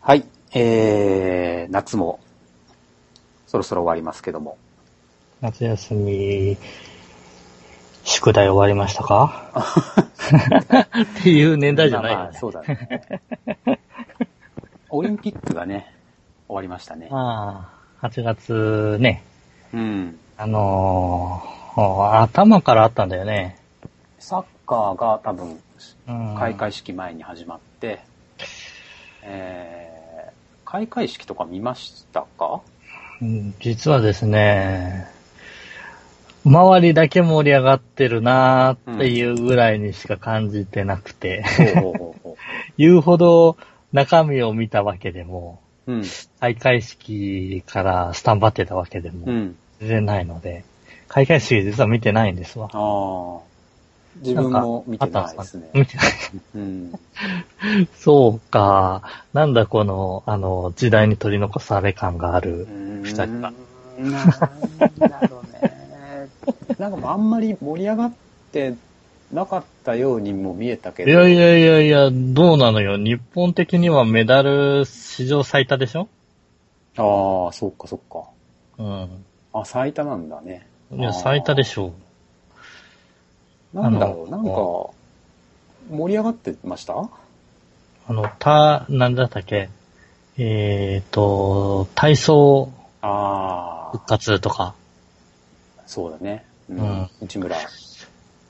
はい。えー、夏も、そろそろ終わりますけども。夏休み、宿題終わりましたかっていう年代じゃないまあまよあね。そうだね。 オリンピックがね、終わりましたね。まあ、8月ね、うん。あのー頭からあったんだよね。サッカーが多分、うん、開会式前に始まって、えー、開会式とか見ました かうん実はですね、周りだけ盛り上がってるなーっていうぐらいにしか感じてなくて、ほ うほうほうほ言うほど中身を見たわけでも、う。うん。開会式からスタンバってたわけでうも、ん。全然ないので、開会式実は見てないんですわ。ああ。自分も見てないですね。見てない。うん。 そうか。なんだこの、あの、時代に取り残され感がある。二二人がなんだろうね。なんかもうあんまり盛り上がってなかったようにも見えたけいど。やいやいやいや、どうなのよ。日本的にはメダル史上最多でしょああ、そっかそっか。うん。あ、最多なんだね。いや、あー最多でしょなんだろう、あなんか、盛り上がってましたう。あの、た、なんだったっけ。えーと、体操あ復活とか。あ、そうだね。うん。うん内村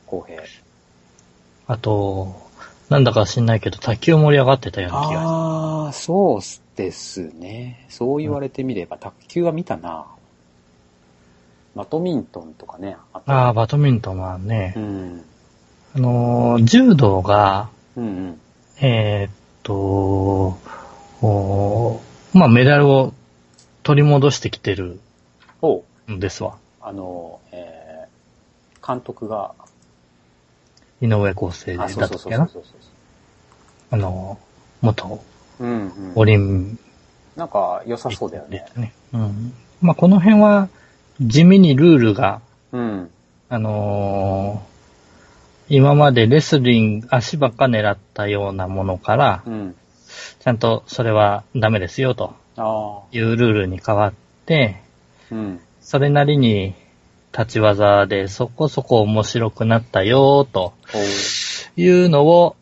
航平。あと、なんだか知んないけど、卓球盛り上がってたような気がするああ、そうですね。そう言われてみれば、卓球は見たな。バドミントンとかね、あった。ああ、バドミントンはねう、ん。あのー、柔道が、うんうん。えーっと、おーまあ、メダルを取り戻してきてるを、んですわ。あの、えー、監督が、井上康生だあ、っそうたそうっそけうなそうそあの、元う。うん、うオん。リンなんか良さピッそうクだよね。ね。うん。まあ、この辺は地味にルールが、うん。あのー今までレスリング、足ばっか狙ったようなものからう、ん。ちゃんとそれはダメですよとああ。いうルールに変わって、うん。それなりに立ち技でそこそこ面白くなったよーとおーいうのを、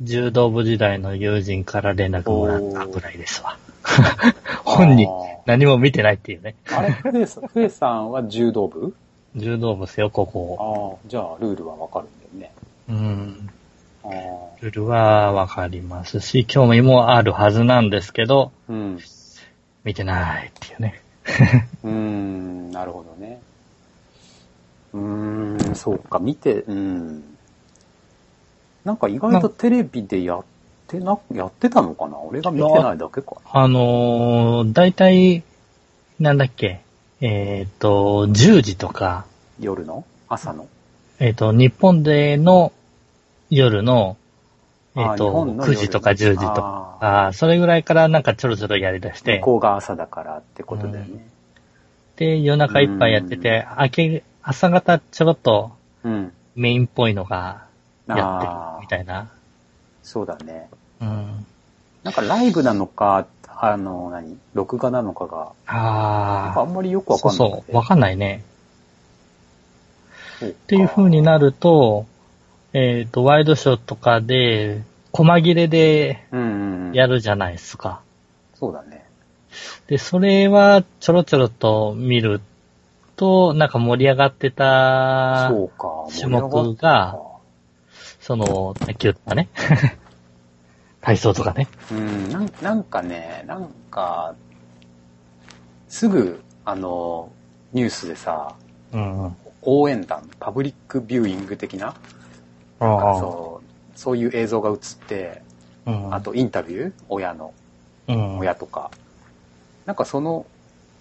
柔道部時代の友人から連絡もらったぐらいですわ。 本人何も見てないっていうね。あれ、ふえさん、 ふえさんは柔道部柔道部ですよ、ここ。ああ、じゃあルールはわかるんだよね。うん。ああ。ルールはわかりますし、興味もあるはずなんですけど、うん。見てないっていうね。うーん、なるほどね。うーん、そうか、見て、うん。なんか意外とテレビでやってな、やってたのかな俺が見てないだけか。あのー、大体、なんだっけ、えっ、と、10時とか、夜の朝のえっ、と、日本での夜の、えっ、あ日と、本の夜9時とか10時とあーか、あーそれぐらいからなんかちょろちょろやり出して向、こうが朝だからってことだよね。で、夜中いっぱいやってて、明け、朝方ちょろっとうん。メインっぽいのがやってるああみ、たいな。そうだね。うん。なんかライブなのか、あの、何録画なのかが、なんかあああ、んまりよくわそかうんない。そう、わかんないね。そうっっていう風になると、えっ、と、ワイドショーとかで、細切れでうんうんうん。やるじゃないですか。そうだね。で、それはちょろちょろと見ると、なんか盛り上がってた、そうか。種目がその、卓球とかね。 体操とかね。うん、なんなんかね、なんか、すぐ、あの、ニュースでさ、うんうん。応援団、パブリックビューイング的な、そうそういう映像が映って、うん。あとインタビュー、親の、うん、親とか。なんかその、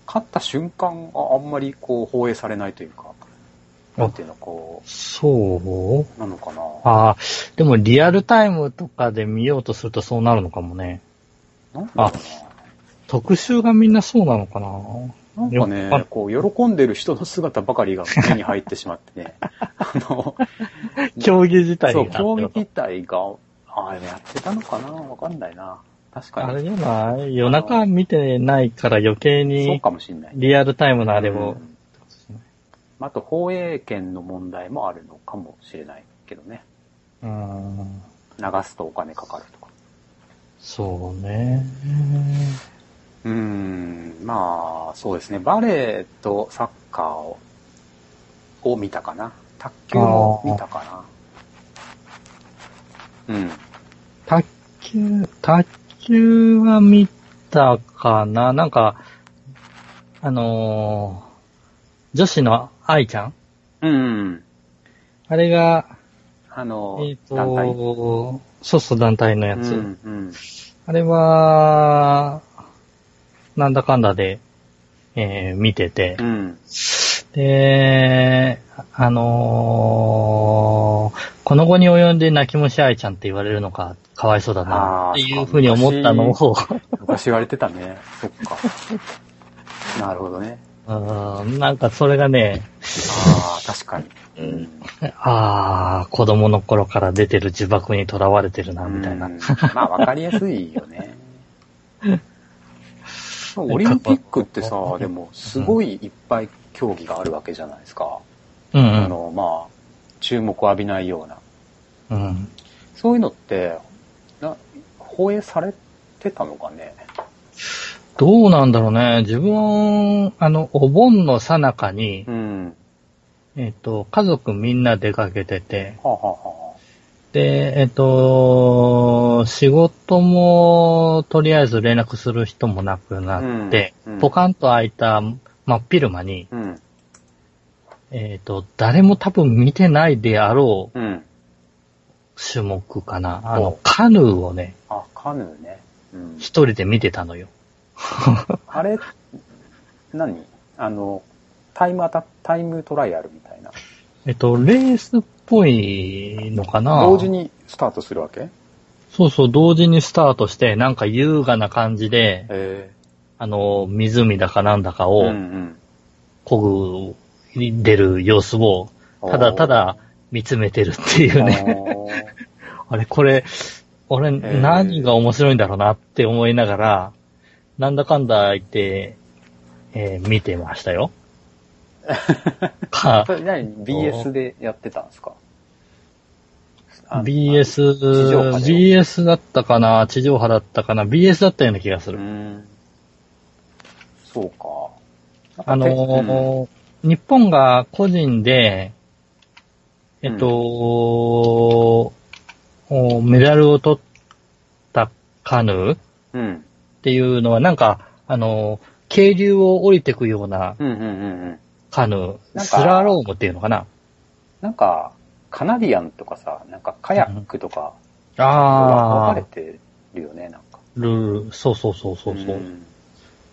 勝った瞬間、ああんまりこう放映されないというか、なんていうの、こそうう、なのかな。ああ、でもリアルタイムとかで見ようとするとそうなるのかもね。なんだろ特集がみんなそうなのかなうな。なんよっかぱね、こう、喜んでる人の姿ばかりが目に入ってしまって ね。あの、競技自体そう、が競技自体が、ああ、でもやってたのかなわかんないな。確あかれに。じゃない夜中見てないから余計そうにかもしんない。リアルタイムのあれをう。んあと、放映権の問題もあるのかもしれないけどね。うん、流すとお金かかるとか。そうね。うーん、まあ、そうですね。バレーとサッカーをを見たかな。卓球も見たかな。うん。卓球、卓球は見たかななんか、あのー女子の愛ちゃんうん。あれが、あの、えっ、団体と、そうそう団体のやつ。うん、うん。あれは、なんだかんだで、えー見てて。うん。で、あのーこの後に及んで泣き虫愛ちゃんって言われるのか、かわいそうだな、あーっていうふうに思ったのを、昔言われてたね。そっか。 なるほどね。うんなんかそれがね、ああ、確かに。うんあー、子供の頃から出てる呪縛に囚われてるな、みたいな。うんまあ、わかりやすいよね。オリンピックってさ、でも、すごいいっぱい競技があるわけじゃないですか。うあん、の、まあ、注目を浴びないような。うん。そういうのって、な放映されてたのかね。どうなんだろうね。自分、あの、お盆の最中にう、ん。えっ、と、家族みんな出かけてて、はあ、はあはで、えっと、仕事も、とりあえず連絡する人もなくなって、うんうんポカンと開いた真っ昼間に、あ、うん。えっと、誰も多分見てないであろううん。種目かな。あのお、カヌーをね、あ、カヌーね。うん。一人で見てたのよ。あれ、何あの、タイムアタタイムトライアルみたいな。えっと、レースっぽいのかな同時にスタートするわけそうそう、同時にスタートして、なんか優雅な感じで、えあの、湖だかなんだかえを、んこぐ、出る様子を、うんただた、だ見つめてるっていうね。ね。 あれ、これ、俺、ー何が面白いんだろうなって思いながら、なんだかんだ言って、えー見てまし たよ。 かそれ何 ?BS でやってたんですかあの BS、地上波で BS だったかな地上波だったかな ?BS だったような気がすうる。ん。そうか。あのー日本が個人で、えっと、おメダルを取ったカヌーっうん、うん。ていうのはなんか、あのー渓流を降りてくようなうん、うん、うんうん。カヌー、なんかスラロームっていうのかななんか、カナディアンとかさ、なんかカヤックとか、分あかれあ、てるよね、なんか。ルール、そうそうそうそうそう。ん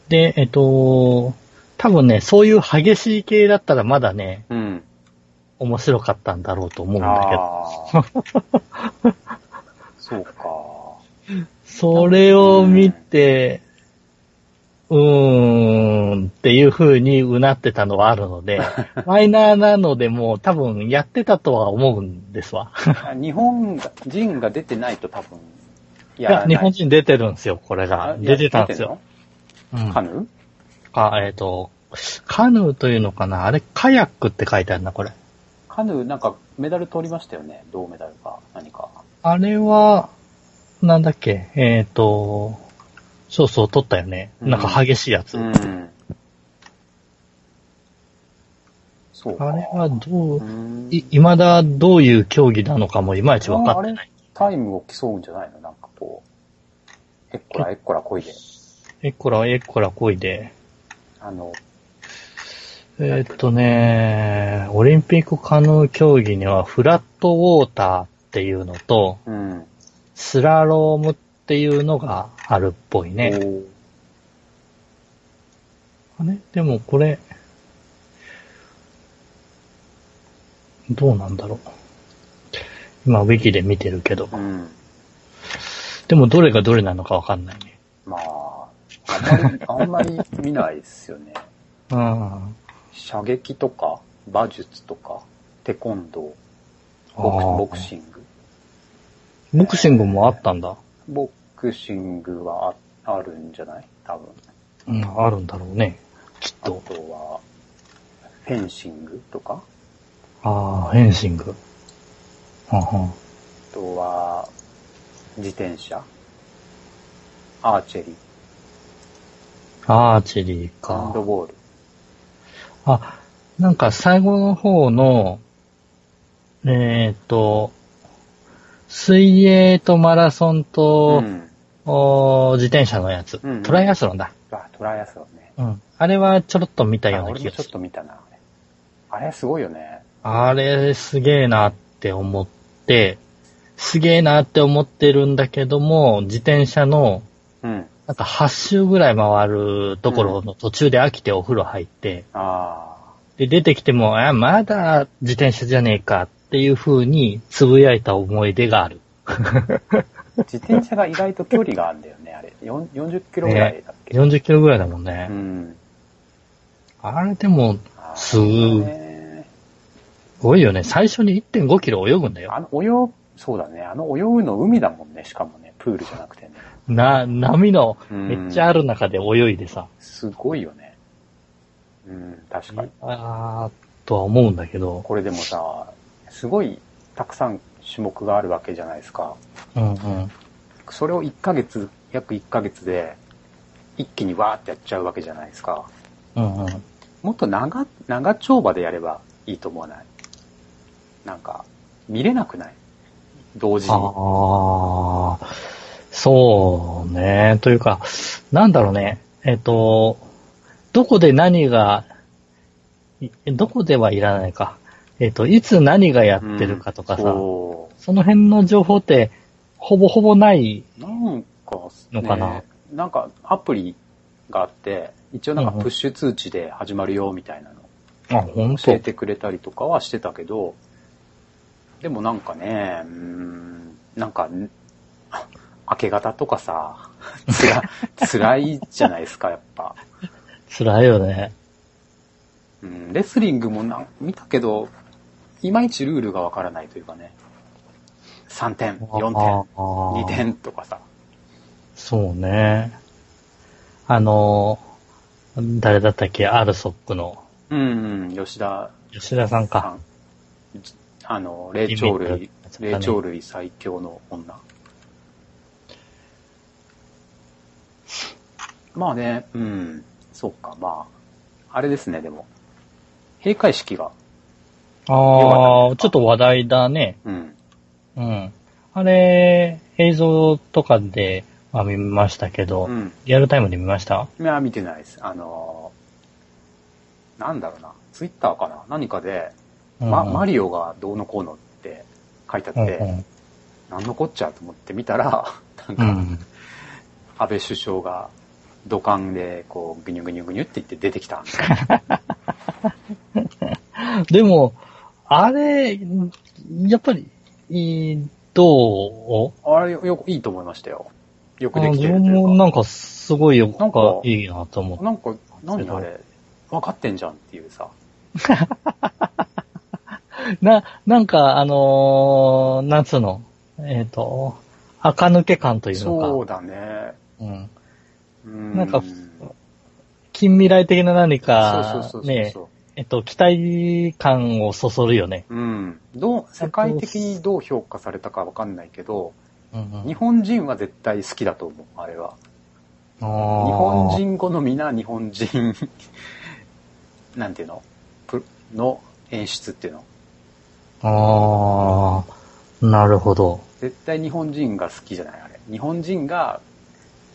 で、えっと、多分ね、そういう激しい系だったらまだね、うん。面白かったんだろうと思うんだけど。あーそうか。それを見て、うーんっていう風にうなってたのはあるの で、マイナーなのでもう多分やってたとは思うんですわ。日本人が出てないと多分、いいや、日本人出てるんですよ、これが。出てたんですよ。。うや出てんんのカヌあ、えっ、と、カヌーというのかなあれ、カヤックって書いてあるな、これ。ーカヌーなんかメダル取りましたよね。銅メダルか何か。あれは、なんだっけ、えっ、と、そうそう、撮ったよね。なんか激しいやつ。ん。そうか。あれはどう、うん、い、未だどういう競技なのかもいまいち分かってない。タイムを競うんじゃないのなんかこう、えっこらえっこらこいで。えっこら、えっこらこいで。あの、えーっとね、オリンピックカヌー競技にはフラットウォーターっていうのと、うん。スラロームっていうのがあるっぽいね。おーあれでもこれ、どうなんだろう。今、ウィキで見てるけどう。ん。でもどれがどれなのかわかんないね。まあ、あんまり、あんまり見ないですよね。うん。射撃とか、馬術とか、テコンドー、ボクあーボクシング。ボクシングもあったんだ。ボククシングはああるんじゃない多分。うん、あるんだろうね。きっあとと。は、フェンシングとかああ、フェンシング。はんはんあとは、自転車アーチェリー。アーチェリーハンドか。ボール。あ、なんか最後の方の、えーっと、水泳とマラソンと、ん。おー自転車のやつ、うんうんトライアスロンだ。あ、トライアスロンね。うん。あれはちょろっと見たあような俺気もがちょっする。と見たな。あれすごいよね。あれすげえなって思って、すげえなって思ってるんだけども、自転車の、うん。なんか8周ぐらい回るところの途中で飽きてお風呂入って、あで、出てきても、あ、まだ自転車じゃねえかっていう風に呟いた思い出がある。あ。自転車が意外と距離があるんだよね、あれ。よん40キロぐらいだっけ、 40キロぐらいだもんね。うん。あれでも、あーすーねすごいよね。最初に1.5キロ泳ぐんだよ。あの、泳ぐ、そうだね。あの、泳ぐの海だもんね。しかもね、プールじゃなくてね。な、波のうんめっちゃある中で泳いでさ、すごいよね。うん、確かに。あーとは思うんだけど、これでもさ、すごいたくさん種目があるわけじゃないですか。うんうん。それを1ヶ月、約1ヶ月で、一気にわーってやっちゃうわけじゃないですか。うんうん。もっと長、長丁場でやればいいと思わないなんか、見れなくない同時に。ああ、そうね。というか、なんだろうね。えっ、と、どこで何が、いどこではいらないか。えっ、と、いつ何がやってるかとかさ、うんそその辺の情報って、ほぼほぼない。う。なんか、のかななんかアプリがあって、一応なんかうんうんプッシュ通知で始まるよみたいなのあ、ほん教えてくれたりとかはしてたけど、でもなんかね、うーん、なんか、んあ明け方とかさ、つ ら、辛いじゃないですか、やっぱ。辛いよね。うん、レスリングもなん見たけど、いまいちルールがわからないというかね。3点、4あ点、2ー点とかさ。そうね。あの、誰だったっけアルソックのうん、うん、吉田吉田さんさか。ん。じあの、霊長類、霊長類最強の女。まあね、うん、そうか、まあ、あれですね、でも。閉会式が、ああ、ちょっと話題だね。うん、うん。あれ、映像とかで、まあ、見ましたけど、うん。リアルタイムで見ましたいや、見てないです。あのーなんだろうな、ツイッターかな何かで、ま、マリリオがどうのこうのって書いてあって、うんなんのこっちゃと思って見たら、 なんうか、ん。安倍首相が土管でこう、ぐにゅぐにゅぐにゅって言って出てきた。うんでも、あれ、やっぱり、いいどうあれ、よく、いいと思いましたよ。よあくでき自てる分といもうなか。んかすごいよなんかいいなと思って。なんか、何あれ、分かってんじゃんっていうさ。な、なんかあのー、夏の、えっ、と、垢抜け感というのか。そうだね。うんうん。なんかそう近未来的な何か、そうそうそうそう。ね、えっと、期待感をそそるよね。うん。どう、世界的にどう評価されたかわかんないけど、日日本人は絶対好きだと思う、あれは。日本本人好みな日本人、なんていうのプの演出っていうの。ああ、なるほど。絶対日本人が好きじゃない、あれ。日本人が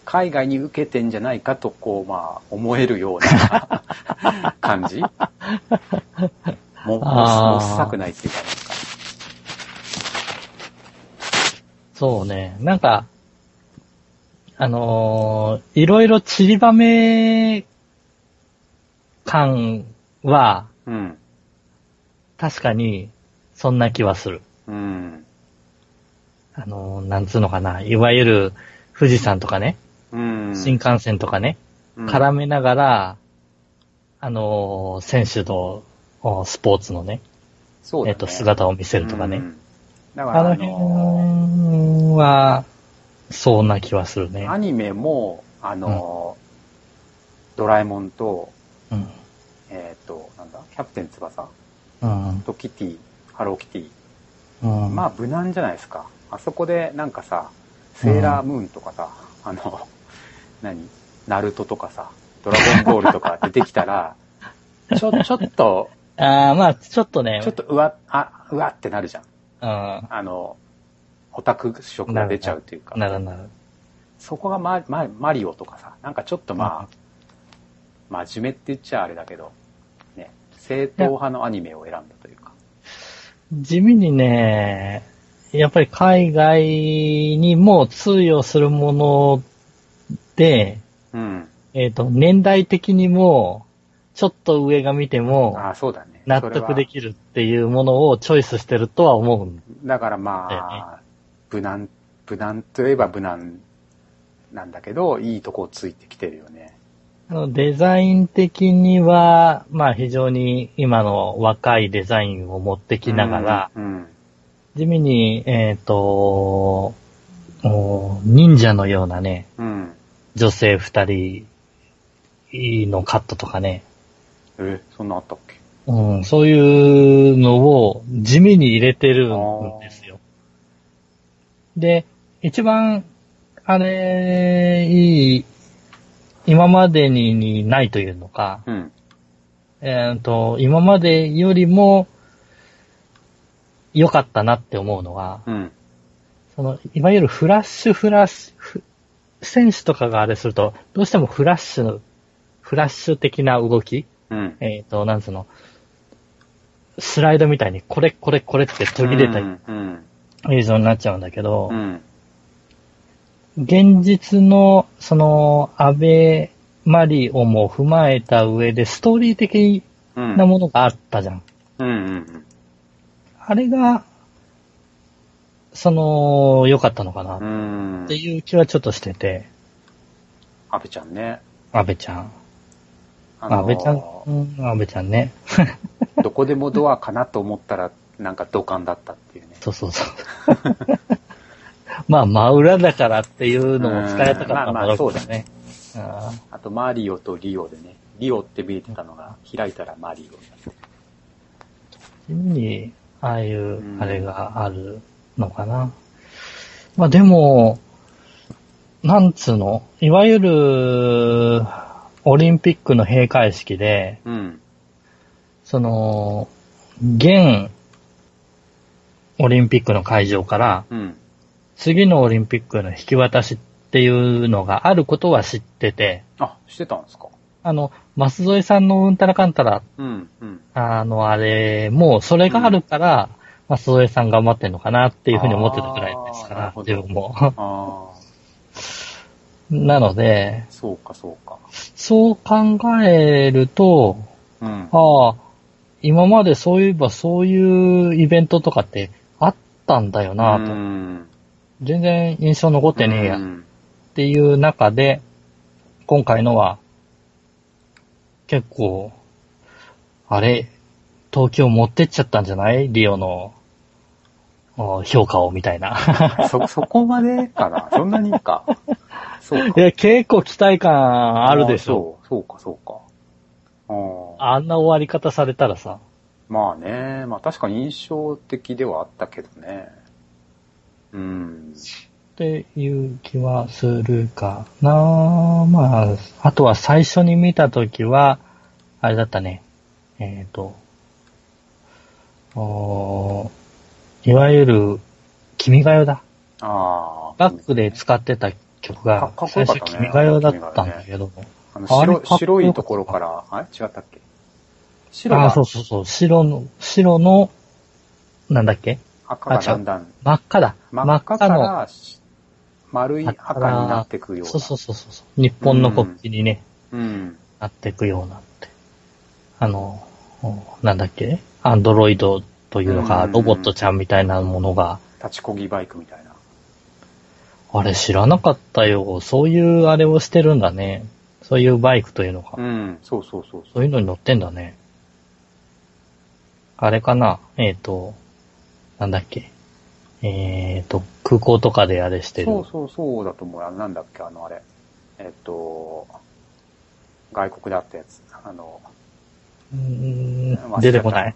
海外に受けてんじゃないかと、こう、まあ、思えるような感じももう、あーもう臭くないっていうか、なんか。そうね。なんか、あのーいろいろ散りばめ感は、うん。確かに、そんな気はする。うん。あのーなんつうのかな。いわゆる、富士山とかね、うん。新幹線とかね、絡めながら、あのー選手とおスポーツのね、そうだねえっと、姿を見せるとかうね。んだかあら、のあの辺は、そうな気はするね。アニメも、あの、ドラえもんと、うん。えっ、と、なんだ、キャプテン翼うん。とキティ、ハローキティ。うん。まあ、無難じゃないですか。あそこで、なんかさ、セーラームーンとかさ、あの、 何ナルトとかさ、ドラゴンボールとか出てきた ら、ちょ、ちょっと、ああ、まあ、ちょっとね、ちょっとうわ、あ、うわってなるじゃん。うん。あの、オタク色が出ちゃうというか。なるなる。そこがマママリオとかさ、なんかちょっとまあ、真面目って言っちゃあれだけど、ね、正統派のアニメを選んだというか。地味にね、やっぱり海外にも通用するもので、うん。えっ、と、年代的にも、ちょっと上が見ても、ああ、そうだね。納得でる。きるっていうものをチョイスしてるとは思うんだからだまあ、無難、無難といえば無難なんだけど、いいとこをついてきてるよね。あのデザイン的には、まあ非常に今の若いデザインを持ってきながら、うん。うん。地味に、えっ、と、お忍者のようなね、うん。女性二人のカットとかね、え、そんなあったっけうん、そういうのを地味に入れてるんですよ。で、一番、あれ、いい、今までににないというのか、うん。えっ、と、今までよりも良かったなって思うのは、うん。その、いわゆるフラッシュフラッシュフ、選手とかがあれすると、どうしてもフラッシュの、フラッシュ的な動き、うん。えっ、と、なんつうの、スライドみたいにこれこれこれって途切れたうん。うん。映像になっちゃうんだけどう、ん。現実の、その、安倍マリオも踏まえた上で、ストーリー的うん。なものがあったじゃん。うん。うん。あれが、その、良かったのかなうっん。うんて。いう気はちょっとしてて、阿部ちゃんね。安倍ちゃん。あ安の倍ちゃん、うん、安倍ちゃんね。どこでもドアかなと思ったら、なんか土管だったっていうね。そうそうそう。 まあ、真裏だからっていうのも使えたかったんだろうけどね。ああと、マリオとリオでね、リオって見えてたのが、開いたらマリオ。ー地味に、ああいうう、んあれがあるのかな。まあ、でも、なんつうの、いわゆる、オリンピックの閉会式で、うん。その、現、オリンピックの会場から、うん。次のオリンピックの引き渡しっていうのがあることは知ってて、あ、してたんですかあの、舛添さんのうんたらかんたら、うん、うん。あの、あれ、もうそれがあるから、舛添さん頑張ってんのかなっていうふうに思ってたくらいであーなすかるら、ほど自分も。 ああ、なので、そうか、そうか。そう考えると、うん。ああ、今までそういえばそういうイベントとかってあったんだよなと。うん。全然印象残ってねえやうっんていう中で、今回のは、結構、あれ、東京持ってっちゃったんじゃないリオのあ評価をみたいな。 そ、そこまでかなそんなにか。そういか。や、結構期待感あるでしょ。あーそう、そうか、そうか。ああ。あんな終わり方されたらさ。まあね、まあ確かに印象的ではあったけどね。うん。っていう気はするかなまあ、あとは最初に見たときは、あれだったね。えっ、と、おーいわゆる、君が代だ。ああ。バックで使ってた曲が、かっこ最よかっ初たね君が代だったんだけど、あのあれ白かっこよかった白いところから、あれ違ったっけ白ああ、がそうそうそう、白の、白の、なんだっけ赤があ違うだんだん、真っ赤だ。真っ赤かの、ら丸い赤になっていくような。そうそうそうそう、日本の国旗にね、うん。なっていくようなって。あの、おなんだっけアンドロイドというのか、うんロボットちゃんみたいなものが、立ちこぎバイクみたいな。あれ知らなかったよ。そういうあれをしてるんだね。そういうバイクというのかう。ん。そうそうそうそそういうのに乗ってんだね。あれかなえっ、と、なんだっけえっ、と、空港とかであれしてる。そうそうそうだと思う。あのなんだっけ、あのあれ。えっと、外国であったやつ。あの、うーん出て こない。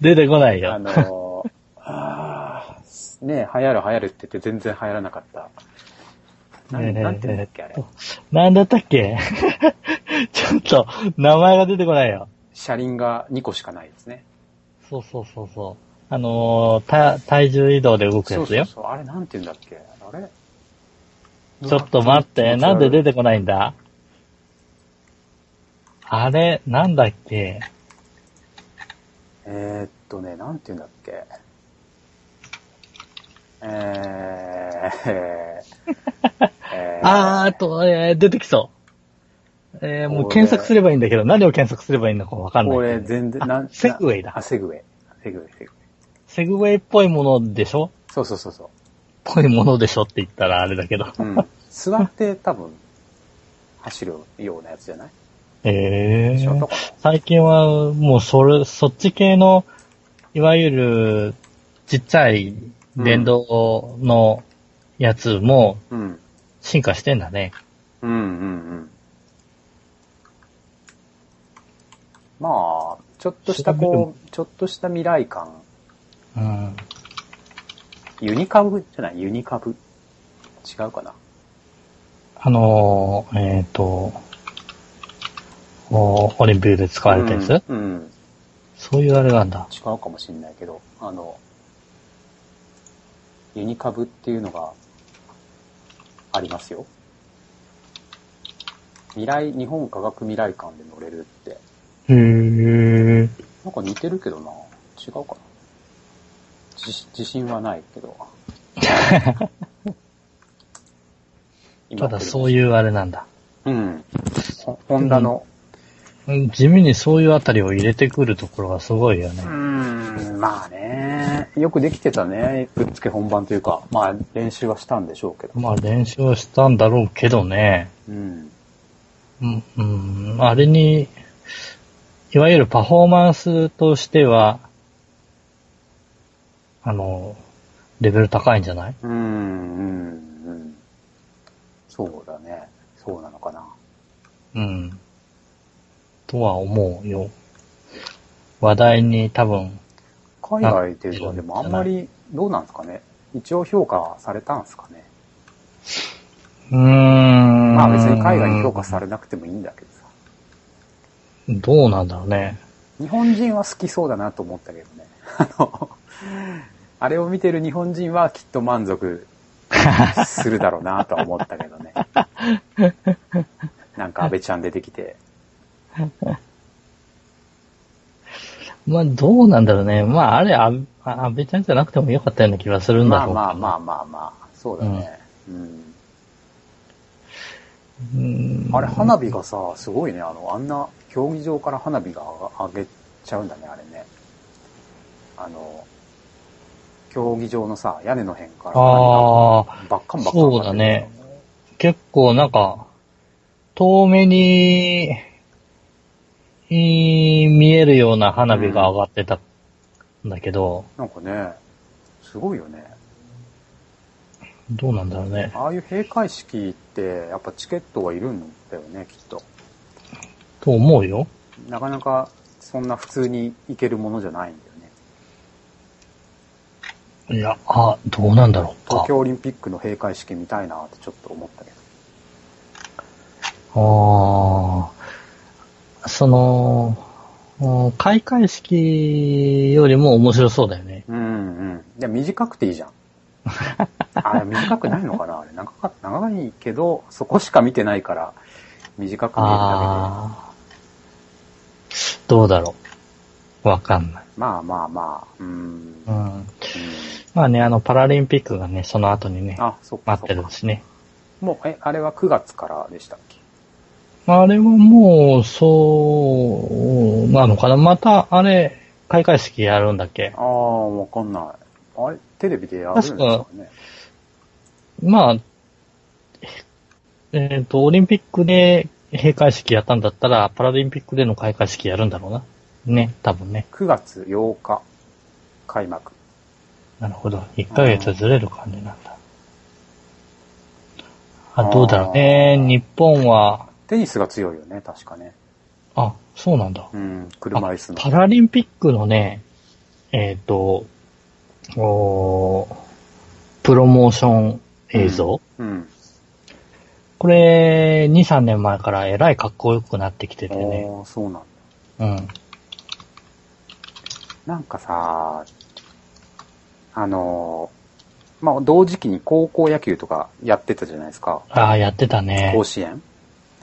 出てこないあよ。 の、あーね流行る流行るって言って全然流行らなかった。なん,、ねえなんて言うんだっけ、あれ。なんだったっけ ちょっと、名前が出てこないよ。車輪が2個しかないですね。そうそうそうそう。あのーた、体重移動で動くそやうつそうよ。そう。あれなんて言うんだっけあれちょっと待っうて、わなんで出てこないんだあれ、なんだっけえー、っとね、なんて言うんだっけ。え ー、えーあーっと、えー出てきそう。えーもこうれ検索すればいいんだけど、何を検索すればいいのかわかんない。これ全然、あなんセグウェイだあ、セグウェイ。セグウェイ、セグウェイ。セグウェイっぽいものでしょそうそうそうそぽいものでしょって言ったらあれだけど。う。うん。座って多分、走るようなやつじゃないええショートか最近はもうそれ、そっち系の、いわゆるちっちゃい電動のやつもなうん。進化してんだね。うんうんうん。まあ、ちょっとしたこう、ちょっとした未来感。うん。ユニカブじゃないユニカブ。違うかなあのー、えっ、と、おオリンピックで使われたやつ、うん、うん。そういうあれなんだ。違うかもしれないけど、あの、ユニカブっていうのがありますよ。未来、日本科学未来館で乗れるって。へえ。なんか似てるけどな。違うかな。自自信はないけ ど。ただそうう。いうあれなんだ。うん。ほホンダの、うん地味にそういうあたりを入れてくるところがすごいよねう。ーん、まあね。よくできてたね。ぶっつけ本番というか、まあ練習はしたんでしょうけど。まあ練習はしたんだろうけどね。うん。うん、うんあれに、いわゆるパフォーマンスとしては、あの、レベル高いんじゃないうん、うん、うん。そうだね。そうなのかな。うん。とは思うよ。話題に多分、海外ではでもあんまり、どうなんですかね。一応評価されたんですかね。うーん。まあ別に海外に評価されなくてもいいんだけどさ。どうなんだろうね。日本人は好きそうだなと思ったけどね。 あの、あれを見てる日本人はきっと満足するだろうなとは思ったけど ね。なんか安倍ちゃん出てきて、まあどうなんだろうね。まああれ、ああ安倍ちゃんじゃなくてもよかったような気がするんだまあろうまあけどまあまあまあ、そうだね。うんうんあれ、花火がさ、すごいね。あの、あんな、競技場から花火が上げちゃうんだね、あれね。あの、競技場のさ、屋根の辺からあ花火がバッカンバッカンそうだね。。結構なんか、遠目に、いい見えるような花火が上がってたんだけど、なんかね、すごいよね。どうなんだろうね。ああいう閉会式って、やっぱチケットはいるんだよね、きっと。と思うよ。なかなか、そんな普通に行けるものじゃないんだよね。いや、あ、どうなんだろうか東。京オリンピックの閉会式見たいなってちょっと思ったけど。ああ、その、うん開会式よりも面白そうだよね。うんうん。いや、短くてい いじゃん。あれ、短くないのかなあれ、長か、長いけど、そこしか見てないから、短く見えるだああ、どうだろう。わかんけない。で。まあまあまあ、うん。ううんんまあね、あの、パラリンピックがね、その後にね、あ、そっか待そっってかる。しね。もう、え、あれは9月からでしたっけあれはもう、そう、なのかな。また、あれ、開会式やるんだっけああ、わかんない。あれ、テレビでやるんですかね。まあ、えっ、と、オリンピックで閉会式やったんだったら、パラリンピックでの開会式やるんだろうな。ね、多分ね。 9月8日。開幕。なるほど。1ヶ月ずれる感じなんだ。あ、どうだろうね。あー日本は、テニスが強いよね、確かね。あ、そうなんだ。うん、車椅子の。パラリンピックのね、えっ、と、おープロモーション映像、うん。これ、2、3年前からえらいかっこよくなってきててね。おーそうなんだ。うん。なんかさ、あのーまあ、同時期に高校野球とかやってたじゃないですか。ああ、やってたね甲。子園。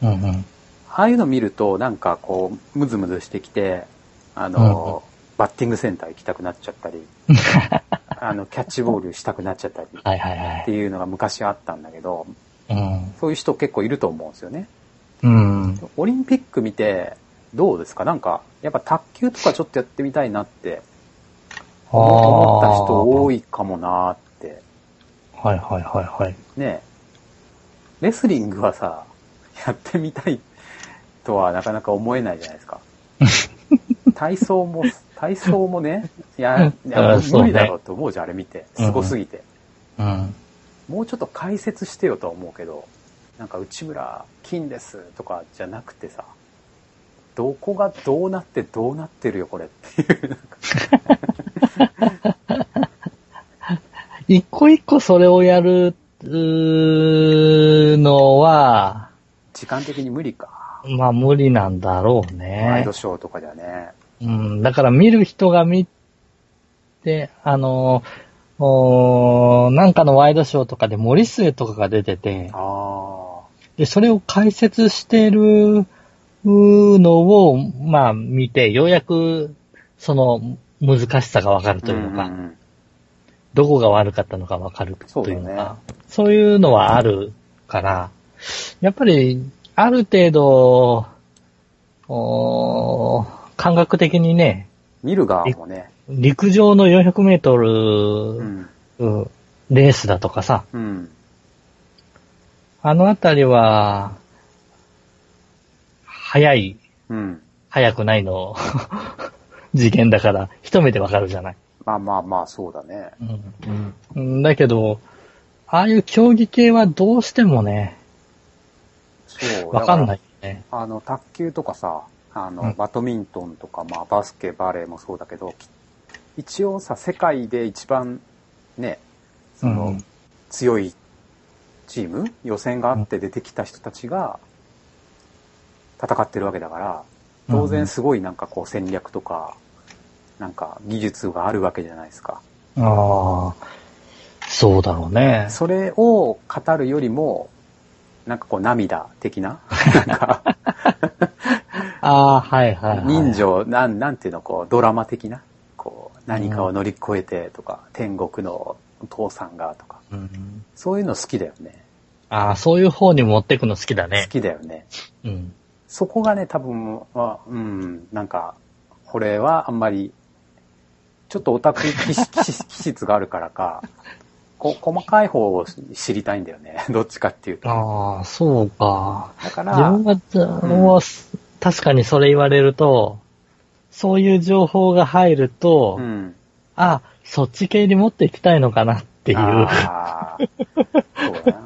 うんうん。ああいうの見ると、なんかこう、ムズムズしてきて、あの、バッティングセンター行きたくなっちゃ ったり、あの、キャッチボールしたくなっちゃったりっはいはいはていうのが昔あったんだけど、い。そういう人結構いると思うんですよね。うん。うん。オリンピック見て、どうですかなんか、やっぱ卓球とかちょっとやってみたいなって思った人多い。いかもなーって。はいはいはいはい。ねえレスリングはさ、やってみたいとはなかなか思えないじゃないです か。体操も、体操もね、い や、いやあそうね無理だろうと思うじゃん、あれ見て。すごすぎて。うん。もうちょっと解説してよとは思うけど、なんか内村金ですとかじゃなくてさ、どこがどうなってどうなってるよ、これっていう。一個一個それをやるうーのは、時間的に無理か。まあ無理なんだろうワイねド。ショーとかではね。うん、だから見る人が見て、あのーおーなんかのワイドショーとかで森末とかが出てて、あで、それを解説してるのを、まあ見て、ようやくその難しさがわかるあ。というのか、んんどこが悪かったのかわかるというのそうだか、そう,、いうのはあるから、やっぱり、ある程度、おー感覚的にね、見る側もね。陸上の400メートうル、ん。うんレースだとかさ、うん。あのあたりは、速い、うん。速くないの 次元だから、一目でわかるじゃない。まあまあまあ、そうだね。うんだけど、ああいう競技系はどうしてもね、そう。。わかんないいよね。あの、卓球とかさ、あの、うんバドミントンとか、まあ、バスケ、バレーもそうだけど、き一応さ、世界で一番ね、その、うん強いチーム、予選があって出てきた人たちが、戦ってるわけだから、当然すごいなんかこう戦略とか、なんか技術があるわけじゃないですか。ああ、そうだろうね。それを語るよりも、なんかこう涙的 な、なんか、ああ、はいはい、はい。人情、なん、なんていうの、こう、ドラマ的な、こう、何かを乗り越えてとか、天国のお父さんがとか、うんそういうの好きだよね。ああ、そういう方に持ってくの好きだね好。きだよね。うん。そこがね、多分、あうん、なんか、これはあんまり、ちょっとオタク 気質気質気質があるからか、こ細かい方を知りたいんだよね。 どっちかっていうと。ああ、そうか。だか自ら、分は、もう、確かにそれ言われると、そういう情報が入ると、うん。あ、そっち系に持っていきたいのかなっていう、 ああーそうだ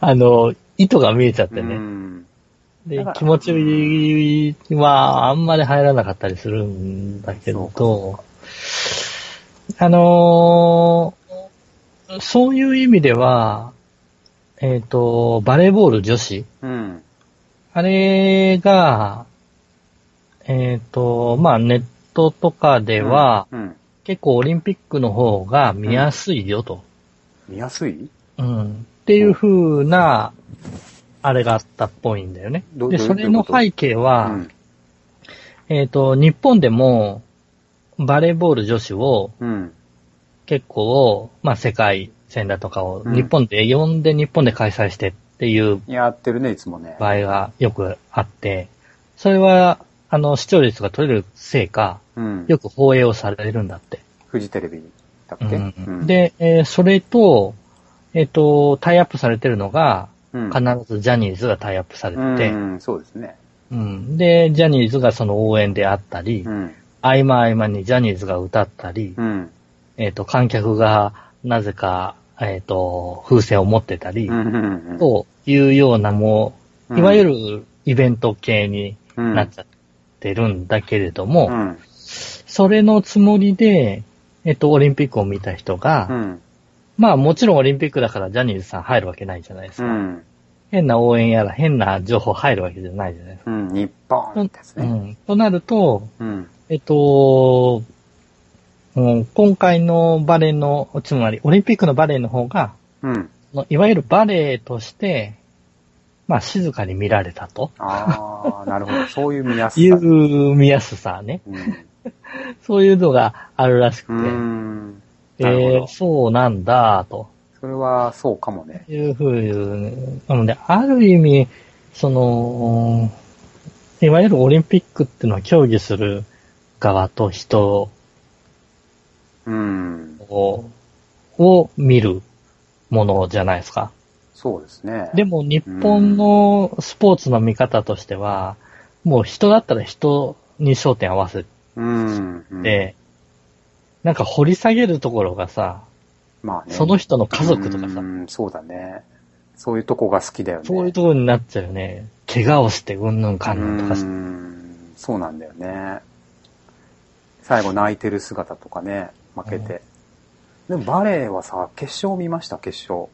な。の、意図が見えちゃってうね。ん。だでから、気持ちはあんまり入らなかったりするんだけそうど、あのーそういう意味では、えっ、と、バレーボール女子うん。あれが、えっ、と、まあ、ネットとかでは、うん、結構オリンピックの方が見やすいよと。見やすいうん。っていう風な、あれがあったっぽいんだよね。どで、どうそれのどうい背景は、うん。えっ、と、日本でも、バレーボール女子をうん。結構、まあ、世界戦だとかをうん日本で呼んで日本で開催してっていうやってるね、いつもね。場合がよくあって、それは、あの、視聴率が取れるせいか、うん。よく放映をされるんだって。フジテレビだっうけ、んうん、で、えーそれと、えっ、と、タイアップされてるのが、うん、必ずジャニーズがタイアップされてて、うん、そうですね。うんで、ジャニーズがその応援であったり、うん。合間合間にジャニーズが歌ったり、うん。えっ、と、観客がなぜか、えっ、と、風船を持ってたりう、んうんうん。というようなもうう、いわゆるイベント系にる、なっちゃってるんだけれども、うん。それのつもりで、えっ、と、オリンピックを見た人が、うん。まあもちろんオリンピックだからジャニーズさん入るわけないじゃないですうか。ん。変な応援やら変な情報入るわけじゃないじゃないですうん。日本ですか。うね。ん。となると、うん。えっと、うん今回のバレーの、つまりオリンピックのバレーの方が、うん。のいわゆるバレーとして、まあ静かに見られたとああ、 なるほど。そういう見やすいさ。う見やすさね。うん。そういうのがあるらしうくん。て、なるほえどー、。そうなんだ、とそれはそうかもね。いうふうに、なので、ある意味、その、いわゆるオリンピックっていうのは競技する側と人うん。を、を見るものじゃないですか。そうですね。でも日本のスポーツの見方としては、もう人だったら人に焦点合わせうん。うん、て、なんか掘り下げるところがさ、まあね。その人の家族とかさう、ん、そうだね。そういうとこが好きだよね。そういうところになっちゃうよね。怪我をしてうんぬんかんぬんとかうさ、んそうなんだよね。最後泣いてる姿とかね、負けて。でもバレーはさ、決勝見ました、決勝。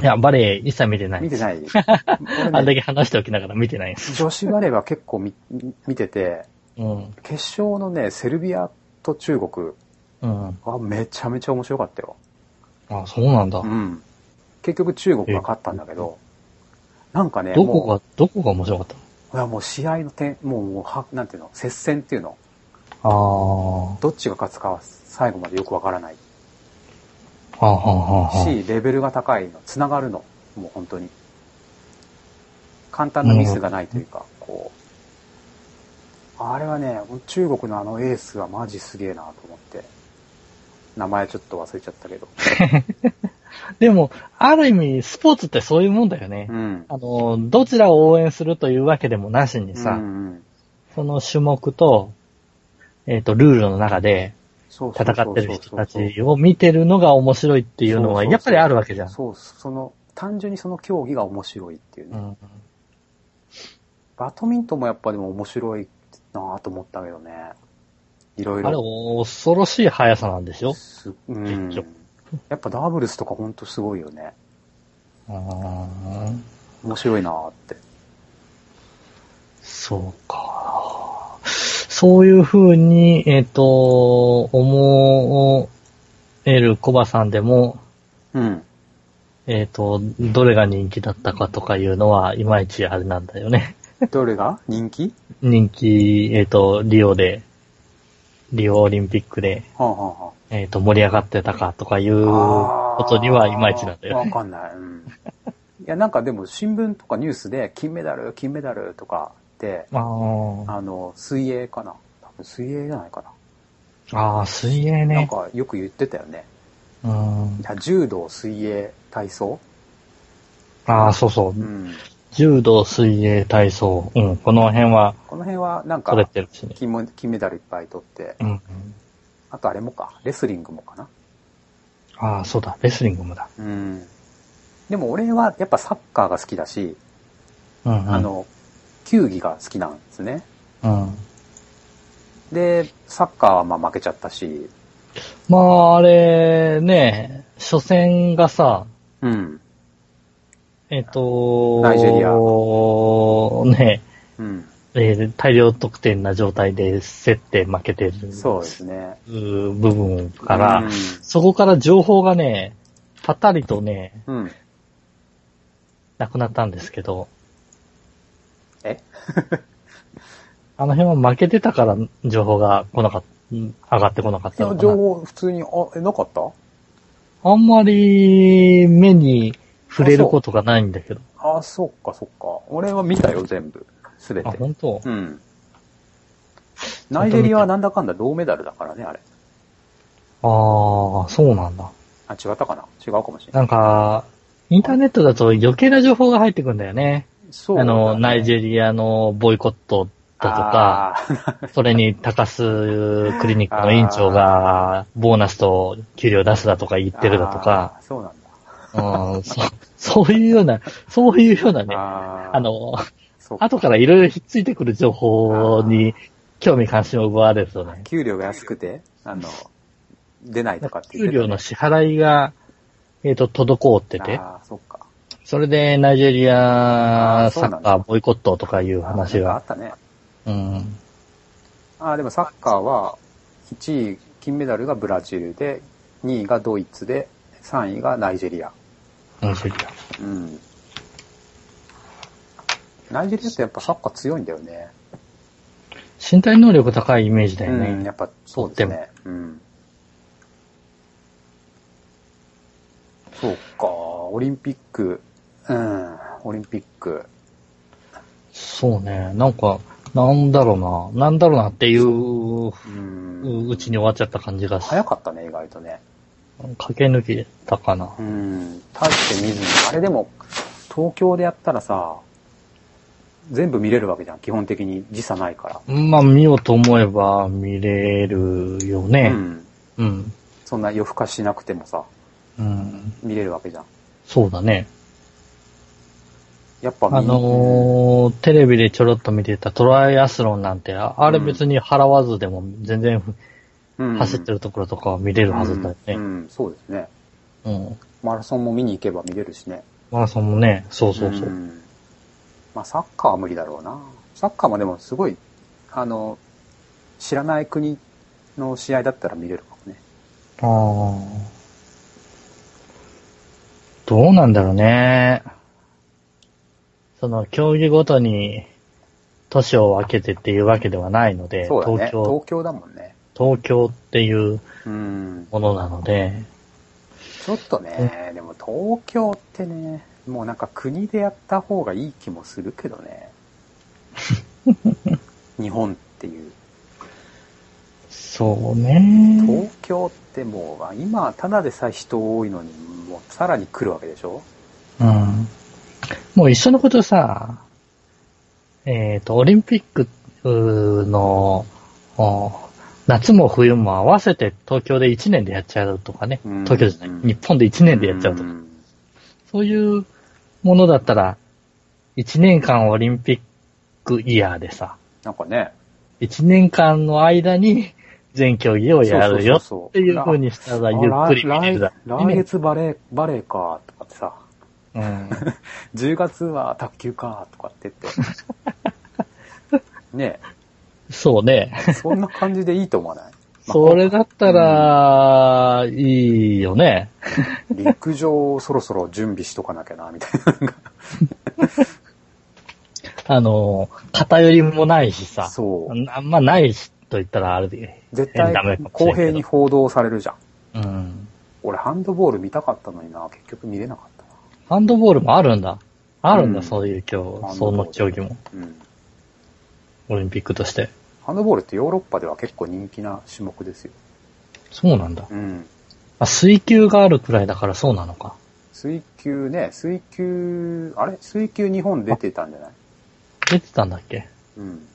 いや、バレエ一切見てな見い。て ないあ俺んねだけ話しておきながら見てないです。女子バレーは結構見見てて、うん。決勝のね、セルビアと中国うん。はめちゃめちゃ面白かったよ。あ、そうなんだう。ん。結局中国が勝ったんだけど、なんかね、どこもうが、どこが面白かったいやもう試合の点、もう、もうは、なんていうの、接戦っていうの、のどっちが勝つかは最後までよくわからないし、あーはあ、はあ、はあ、はレベルが高いの、つながるの、もう本当に。簡単なミスがないというか、こう。あれはね、中国のあのエースはマジすげえなと思って。名前ちょっと忘れちゃったけど。あ。でも、ある意味、スポーツってそういうもんだよね。うん。あの、どちらを応援するというわけでもなしにさ、うんうんその種目と、えっ、と、ルールの中でそうそうそう戦そうってる人たちを見てるのが面白いっていうのは、そうそうそうやっぱりあるわけじゃん。そう、その、単純にその競技が面白いっていうね。うんバドミントンもやっぱでも面白いなぁと思ったけどね。いろいあれ、ろ。恐ろしい速さなんでしょすうん結局やっぱダブルスとかほんとすごいよね。うーん面白いなぁって。そうか。そういうふうに、えっ、と、思えるコバさんでも、うん。えっ、と、どれが人気だったかとかいうのは、いまいちあれなんだよね。どれが 人気人気、えっ、と、リオで、リオオリンピックで、はあ、はえっ、と、盛り上がってたかとかいうあはあ、ことにはいまいちなんだよわね。かんない。うん。いや、なんかでも新聞とかニュースで金メダル、金メダルとかって、あーあの、水泳かな。多分水泳じゃないかあー、水泳な。なんね。かよく言ってたよね。うんい、や柔道、水泳、体操ああ、そうそうう。ん。柔道、水泳、体操。うん、この辺はこの辺はなんか取れてるしね。金も金メダルいっぱい取ってう、ん。あとあれもか、レスリングもかな。ああ、そうだ。レスリングもだ。うん。でも俺はやっぱサッカーが好きだし、うん、うん。あ、の、球技が好きなんですね。うん。で、サッカーはまあ負けちゃったし、まあ、あれ、ね、初戦がさ、うん。えっ、と、ナイジェリリア。ね、うん。えー大量得点な状態で競って負けてるそうですね。部分から、うんそこから情報がね、パタリとね、うん。なくなったんですけど、えあの辺は負けてたから情報が来なかった、上がってこなかっいたやのか情な。報普通に、あ、え、なかったあんまり目に触れることがないんだけど。あ、そっかそっか。俺は見たよ、全部。すべあ、て。本当うん。ナイジェリアはなんだかんだ銅メダルだからね、あれ。ああ、そうなんだ。あ、違ったかな違うかもしれない。なんか、インターネットだと余計な情報が入ってくるんだよね。そうだあね、の、ナイジェェリアのボイコットったとか、それに高須クリニックの院長がボーナスと給料出すだとか言あー、ってるだとか、あー。そうなんだ。うん、そそういうような、そういうようなね、あーあ、の、そう後からいろいろひっついてくる情報に興味関心を奪われるとね、給料が安くて、あの、出ないとかって言給ってた料の支払いが、えっ、と、滞ってて、ああ、そっか。それでナイジェリあアーサそうなんだッカーボイコットとかいう話なんかあがっ、たね。うん、ああ、でもサッカーは、1位、金メダルがブラジルで、2位がドイツで、3位がナイジェリア。ナイジェリうア。ん。ナイジェリアってやっぱサッカー強いんだよね。身体能力高いイメージだよね。うん、やっぱそうですね。うん。そうか、オリンピック、うん、オリンピック。そうね。なんか、なんだろうな。なんだろうなっていう、うん。うちに終わっちゃった感じがし、早かったね、意外とね。駆け抜けたかな。うん。大して見ずに。あれでも、東京でやったらさ、全部見れるわけじゃん、基本的に時差ないかまあ、見ようと思えば見れるよら。うね。ん。うん。そんな夜更かしなくてもさ、うん。見れるわけじゃん。そうだね。やっぱ見あのー、テレビでちょろっと見てたトライアスロンなんて、ああれ別に払わずでも全然うん走ってるところとかは見れるはずだようね。ん、うんそうですね。うん。マラソンも見に行けば見れるしね。マラソンもね、そうそうそうう。んまあ、サッカーは無理だろうな。サッカーもでもすごい、あの、知らない国の試合だったら見れるかもね。ああ。どうなんだろうね。その、競技ごとに、都市を分けてっていうわけではないので、そうだね。東東京京、だもんね。東京っていううん。ものなので、ちょっとね、でも東京ってね、もうなんか国でやった方がいい気もするけど ね。日本っていう。そうね。東京ってもう、今ただでさえ人多いのに、もうさらに来るわけでしょうん。もう一緒のことさ、えっ、と、オリンピックの、お夏も冬も合わせて東京で1年でやっちゃうとかね。うん東京じゃない。日本で1年でやっちゃうとか。んそういうものだったら、1年間オリンピックイヤーでさ、なんかね。 1年間の間に全競技をやるよそうそうそうそうっていう風にしたらゆっくり見れるだ来ろう来ね月バレー、バレーか、とかってさ、うん10月は卓球か、とかって言って。 ねそうね。えそんな感じでいいと思わ ない、まあそれだったら、いいよね。陸上をそろそろ準備しとかなきゃな、みたいあの、偏りもないしな。さ。そう。あんまないし、と言ったらあれで。絶変対だね公平に報道されるじゃん。うん。俺ハンドボール見たかったのにな、結局見れなかったハンドボールもあるんだ。あるんだ、うんそういう競ハンドボールその競技も。な。うん。オリンピックとして。ハンドボールってヨーロッパでは結構人気な種目ですよ。そうなんだ。うん。あ、水球があるくらいだからそうなのか。水球ね、水球、あれ水球日本出てたんじゃない出てたんだっけうん。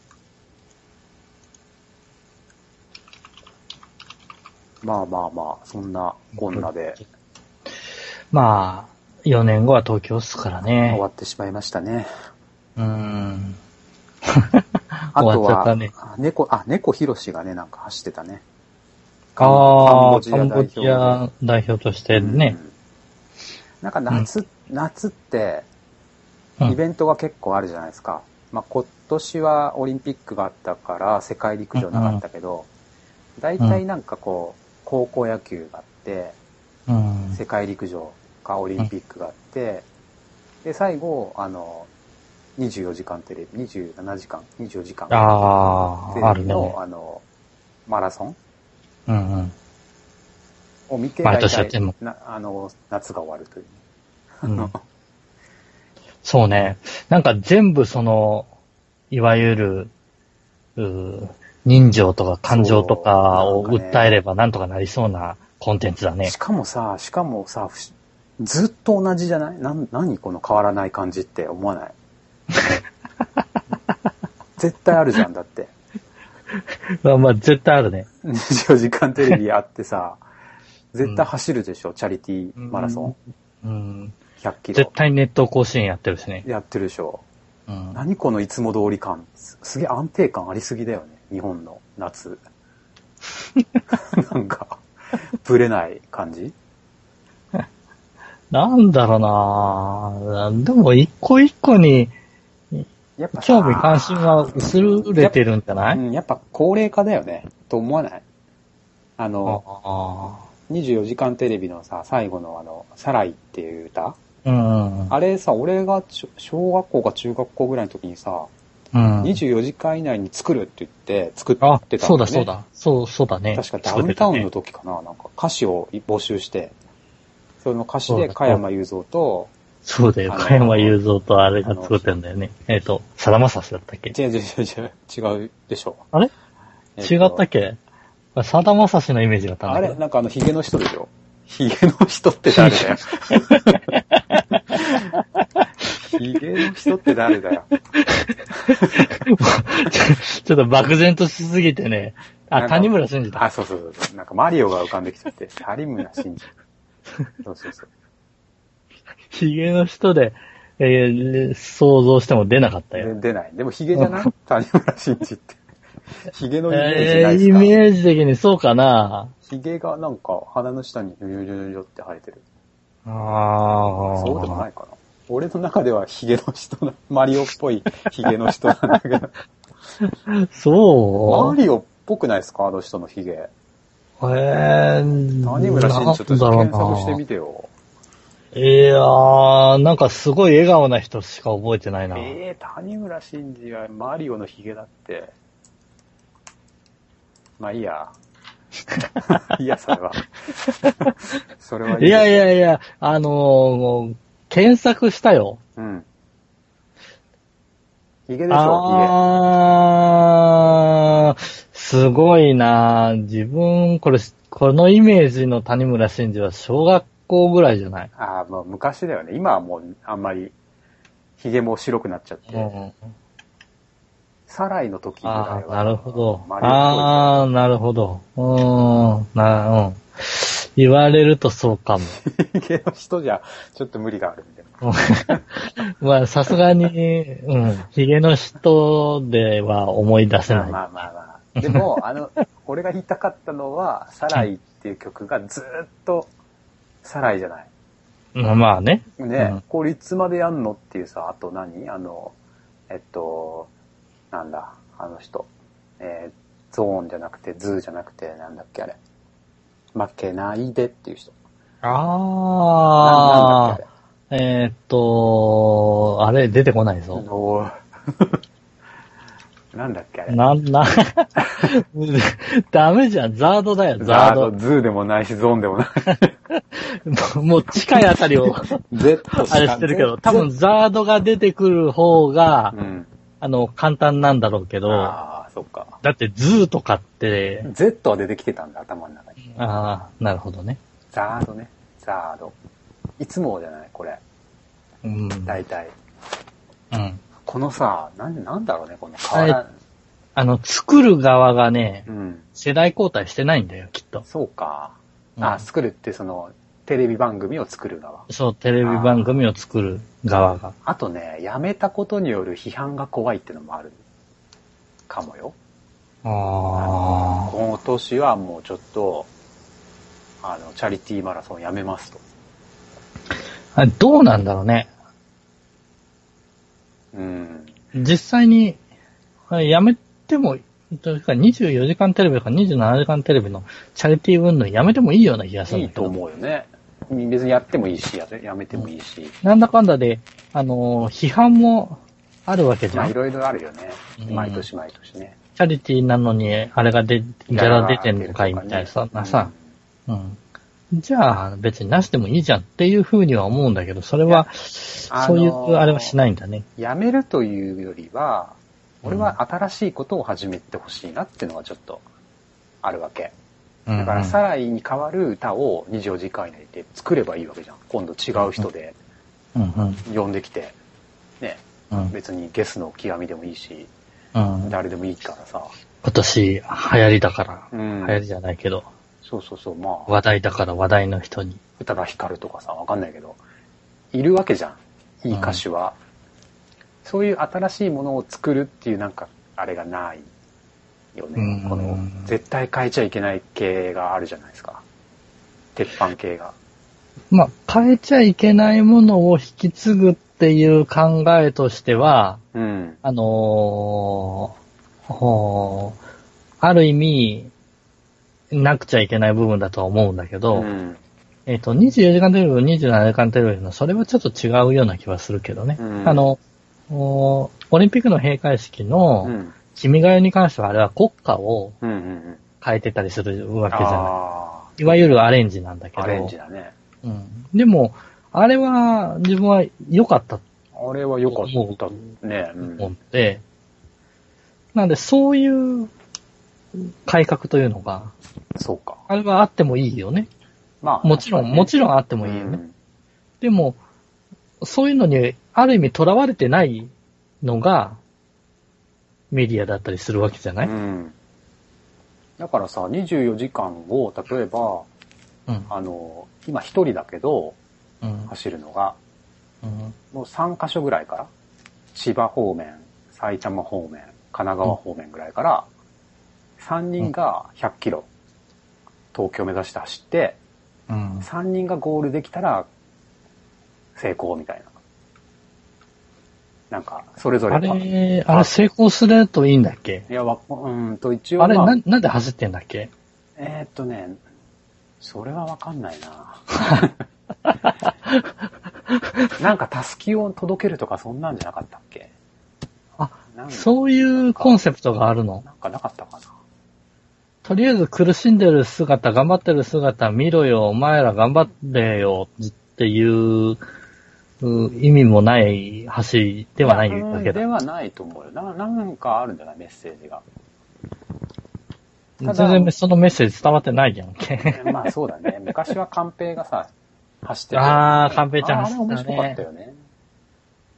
まあまあまあ、そんなこんなでまあ、4年後は東京っすから終ねわ。ってしまいましたね。うん。あと終わっちゃったは、ね猫、あ、猫ひろしがね、なんか走ってたね。カンああ、カカンンボボジジアア代表として代表でねう。んなんか夏、夏って、うんイベントが結構あるじゃないですか。まあ、今年はオリンピックがあったから世界陸上なかったけど、大体なんかこう、高校野球があって、うん。世界陸上かオリンピックがあって、で、最後、あの、24時間テレビ、27時間、24時間ああテレー、あるビね。の、あの、マラソンうんうん。を見て、毎大年やって体んのなあの、夏が終わるという。うんそうね。なんか全部その、いわゆる、うー人情とか感情とかをそうなんかね訴えればなんとかなりそうなコンテンツだねし。かもさ、しかもさ、ふしずっと同じじゃ ないなん、何この変わらない感じって思わない絶対あるじゃん、だって。まあまあ、絶対あるね。 24時間テレビあってさ、絶対走るでしょ、チャリティーマラソン。うん。 100キ絶ロ。対ネット甲子園やってるしね。やってるでしょ。うん。何このいつも通り感。すすげえ安定感ありすぎだよね。日本の 夏。なんか、ぶれない感じなんだろうなぁでも、一個一個にやっぱさ興味関心が薄れてるんじゃないうん、やっぱ高齢化だよね。と思わないああの、あ。 24時間テレビのさ、最後のあの、サライっていう歌うん。あれさ、俺がちょ小学校か中学校ぐらいの時にさ、うん。 24時間以内に作るって言って作ってたんあだ、よね。そうだそう。だ。そう、そうだね。確かダ作ウっンてタたウねンの時かな、なんか歌詞を募集して、その歌詞そうでだ加山雄三と、そうだよ。あの加山雄三とあれが作ってんだよね。えっ、と、さだまさしだったっけ違う違う違う違う、違うでしょ。あれえ違とったっけさだまさしのイメージだったんあだけれど。なんかあの、ヒゲの人でしょヒゲの人って誰だよ。ヒゲの人って誰だよ。 ちょっと漠然としすぎてね。なんあ、か谷村新司だ。あ、そうそうそう。なんかマリオが浮かんできちゃって、サリムナシンジ。そうそう そう。ヒゲの人で、えー想像しても出なかったでよ。出ない。でもヒゲじゃ ない谷村新司って。ヒゲのイメージえないーでイすか、メージ的にそうかなヒゲがなんか鼻の下にヨヨヨヨヨって生えてる。あそうでもあないかな。俺の中ではヒゲの人な、マリオっぽいヒゲの人なん だけど。ー。そマうリオっぽくないですかあの人のヒゲ。えー、谷村新司ちょっとなん検だ索ろうなしてみてよ。いやー、なんかすごい笑顔な人しか覚えてないな。えー、谷村新司はマリオのヒゲだって。まあいいや。 いいや、そ れは。それはいい。いやい。やいや、あのーもう、検索したよ。うん。ヒゲでしょ、あー、すごいな自分、これ、このイメージの谷村新司は小学校ぐらいじゃないヒゲ。ああ、もう昔だよね。今はもうあんまり、ヒゲも白くなっちゃって。うん。サライの時ぐらいあは。ー、なるほど。マリオっぽいあー、なるほど。うーん、な、うん。言われるとそうかも。 ヒゲの人じゃ、ちょっと無理があるんで。うんまあ、さすがに、うん、ヒゲの人では思い出せまあない。まあまあまあ。で も、あの、俺が言いたかったのは、サライっていう曲がずーっと、サライじゃない。うんまあね。ね、うんこれいつまでやんのっていうさ、あと何あの、えっと、なんだ、あの人。えーゾーンじゃなくて、ズーじゃなくて、なんだっけあれ。負けないでっていう人。なあなんだっあ、えーっと、あれ出てこなけあいれぞ。おー なんだっけあれ。なん、な、 ダメじゃん、ザードだよ、ザザーード、ド。ズーでもないし、ゾーンでもない。もうもう近いあた りを、 Z しか あれしてるけど、 Z 多分ザードが出てくる方がう、ん。あの、簡単なんだろうけど、だああ、そっか。ってズーとかって、 Z は出てきてたんだ、頭の中に。ああ、なるほどね。ザードね。ザード。いつもじゃないこれ。うん。大体。うん。このさ、なん、なんだろうね、この変わらん。あの、作る側がね、うん。世代交代してないんだよ、きっと。そうか。うあ、ん作るってその、テレビ番組を作る側。そう、テレビ番組を作る側が。あとね、やめたことによる批判が怖いってのもある。かもよ。ああ。今年はもうちょっと、あの、チャリティーマラソンやめますと。あどうなんだろうね。うん。実際に、あやめても、というか24時間テレビとか27時間テレビのチャリティー運動やめてもいいような気がするいんいだけとど。思うよね。別にやってもいいし、ややめてもいいし。なんだかんだで、あのー批判もあるわけじゃまあん。いチろいろあるよねう。ん毎年毎年ね。ャリティーなのに、あれが出、ギャラ出てんのかいみたいなさ、うんさ、うん。じゃあ、別になしてもいいじゃんっていうふうには思うんだけど、それは、あのーそういうあれはしないんだね。やめるというよりは、俺は新しいことを始めてほしいなっていうのがちょっとあるわけ。うんだから、サライに代わる歌を24時間以内で作ればいいわけじゃん。今度違う人でうんうん呼んできて、ね、うん別にゲスの極みでもいいし、うん。誰でもいいからさ。今年流行りだから、うん流行りじゃないけど、そうそうそう、まあ、話題だから話題の人に。宇多田ヒカルとかさ、わかんないけど、いるわけじゃん。いい歌手は。そういう新しいものを作るっていうなんか、あれがないよね。うんこの、絶対変えちゃいけない系があるじゃないですか。鉄板系が。まあ、変えちゃいけないものを引き継ぐっていう考えとしては、うん。あのーほーある意味、なくちゃいけない部分だとは思うんだけど、うん。えっ、と、24時間テレビと27時間テレビの、それはちょっと違うような気はするけどね。うんあの、おオリンピックの閉会式うの、ん。君が代に関してはあれは国歌をうんうんうん。変えてたりするわけじゃない。あいわゆるアレンジなんだけあ、アど。レンジだね。うん。でも、あれは、自分は良かったとあれは良かったね。うん思って、なんで、そういう改革というのが、そうか。あれはあってもいいよね。まあ、もちろん、もちろんあってもいいよね。でも、そういうのに、ある意味囚われてないのが、メディアだったりするわけじゃなうい、ん。だからさ、24時間を、例えば、うん、あの、今一人だけど、うん。走るのが、うん。もう3カ所ぐらいから、千葉方面、埼玉方面、神奈川方面ぐらいから、3人が100キロ、東京目指して走って、うん。 3人がゴールできたら、成功みたいな。なんか、それぞれあが。いれ、あれ成功するといいんだっけや、わ、うんと、一応、あれ、まな、なんで走ってんだっけえーっとね、それはわかんないな。 なんか、たすきを届けるとか、そんなんじゃなかったっけあ、なんかそういうコンセプトがあるの。なんかなかったかな。とりあえず苦しんでる姿、頑張ってる姿見ろよ、お前ら頑張れよ、っていう、う意味もない走りではないわけうんでだ。はないと思うよ。ななんかあるんじゃないメッセージが。全然そのメッセージ伝わってないじゃん け。まあそうだね。昔は寛平がさ、走ってあー寛平ちゃん走っあれてたね面白かったよね。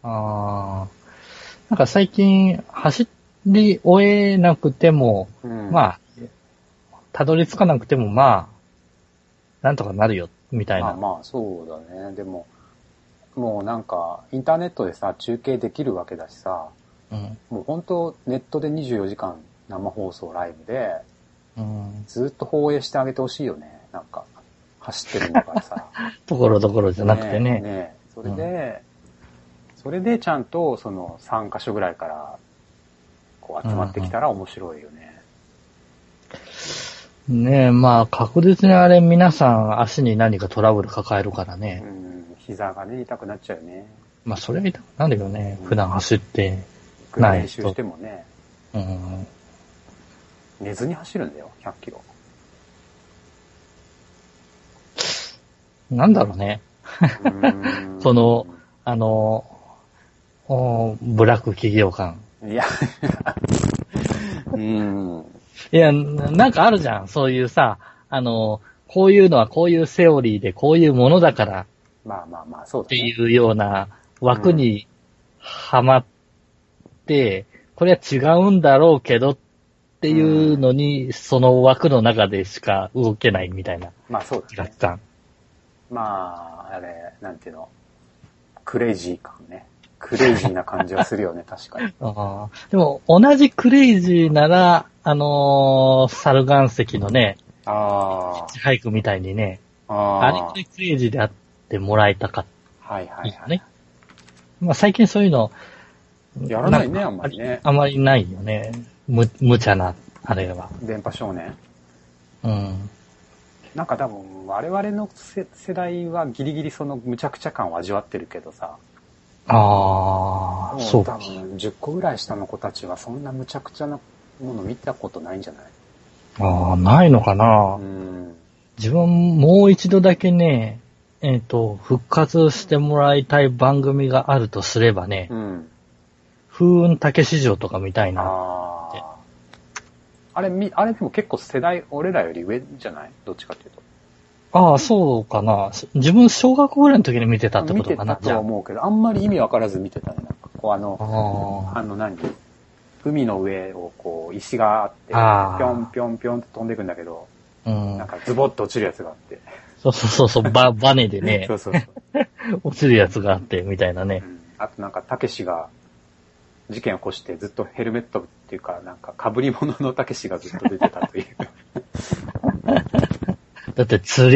ああ。なんか最近、走り終えなくても、うんまあ、たどり着かなくても、まあ、なんとかなるよ、みたいまあな。まあ、そうだね。でも、もうなんか、インターネットでさ、中継できるわけだしさ、うん。もう本当ネットで24時間生放送ライブで、うん。ずっと放映してあげてほしいよね。なんか、走ってるんだからさ。ところどこ ろじゃなくてね。えそれで、それでちゃんと、その、3箇所ぐらいから、こう集まってきたら面白いよね。ねえ、まあ、確実にあれ、皆さん足に何かトラブル抱えるからうね。ん、膝がね、痛くなっちゃうよね。まあ、それは痛くなるよね。普段走って。いくら練習してもね、うん。寝ずに走るんだよ、100キロ。 なんだろうね。うんその、あの、おブラック企業感。いや、 うん、いや、ななんかあるじゃん。そういうさ、あの、こういうのはこういうセオリーでこういうものだからっまあまあまあ、そうだていね。うような枠にはまって、これは違うんだろうけどっていうのに、その枠の中でしか動けないみたいなまあそう気だがねし。た。まあ、あれ、なんていうの、クレイジー感ね。クレイジーな感じはするよ ね、確かに。あーでも、同じクレイジーなら、あのー、猿岩石のね、あ俳句みたいにね、あ、ああれあくらいクレイジーであってもらいたかっはいはいいいはよい。ね。まあ、最近そういうの、やらないねんかあんまりねあまりないよね。む、無茶な、あれは。電波少年。うん。なんか多分、我々の世世代はギリギリその無茶苦茶感を味わってるけどさ、ああ、もそうう多か。分10個ぐらい下の子たちはそんな無茶苦茶なもの見たことないんじゃないああ、ないのかなう。ん。自分、もう一度だけね、えっ、と、復活してもらいたい番組があるとすればね、うん。風雲竹市場とかみたいな。ああ。あれ、み、あれでも結構世代、俺らより上じゃないどっちかっていうと。ああ、そうかな。自分、小学校ぐらいの時に見てたってこ見とてかたな。とは思うけど、あんまり意味わからず見てたね。なんかこうあの、あああの何海の上をこう、石があって、あーぴょんぴょんぴょんって飛んでくんだけど、うんなん。かズボッと落ちるやつがあって。そうそうそうそう、ば、 バネでねそ、うそうそう。落ちるやつがあって、みたいなうね。んあとなんか、たけしが、事件を起こしてずっとヘルメットっていうか、なんか、被り物のたけしがずっと出てたという。だって、吊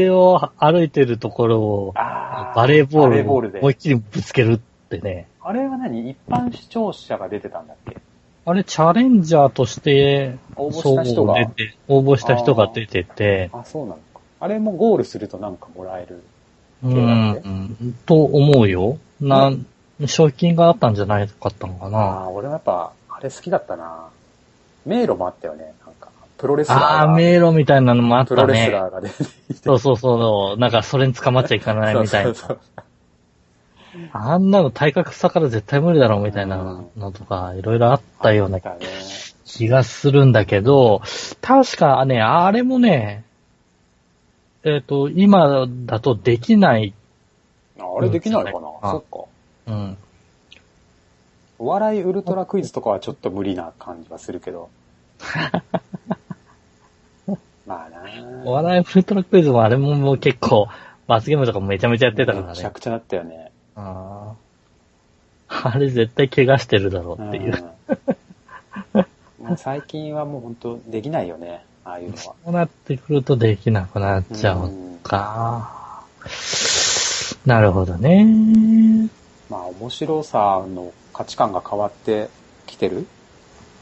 り橋を歩いてるところを、あバレーボバレーボーールでルを思いっきりぶつけるってね。あれは何一般視聴者が出てたんだっけあれ、チャレンジャーとして、応募した人がそう出て、応募した人が出てて、あ、そうなのか。あれもゴールするとなんかもらえる。うーん、うんと思うよ。なん、賞金があったんじゃないかったのかあな。あ、俺もやっぱ、あれ好きだったな。迷路もあったよね。なんか、プロレスラーが。ああー、迷路みたいなのもあっプたロレスね。ラーが出てきて。そうそうそう。なんか、それに捕まっちゃいかないみたいな。そうそうそうあんなの体格差から絶対無理だろうみたいなのとか、いろいろあったようなだね。気がするんだけど、確かね、あれもね、えっ、と、今だとできない、ああれできないかな。あそっか。うん。お笑いウルトラクイズとかはちょっと無理な感じはするけ ど。まあなお笑いフルトラクイズもあれももう結構、罰ゲームとかもめちゃめちゃやってたからめちゃね。くちゃだったよね。あーあれ絶対怪我してるだろうっていう。うんもう最近はもう本当できないよね。ああいうのは。そうなってくるとできなくなっちゃうか。なるほどね。まあ面白さの価値観が変わってきてる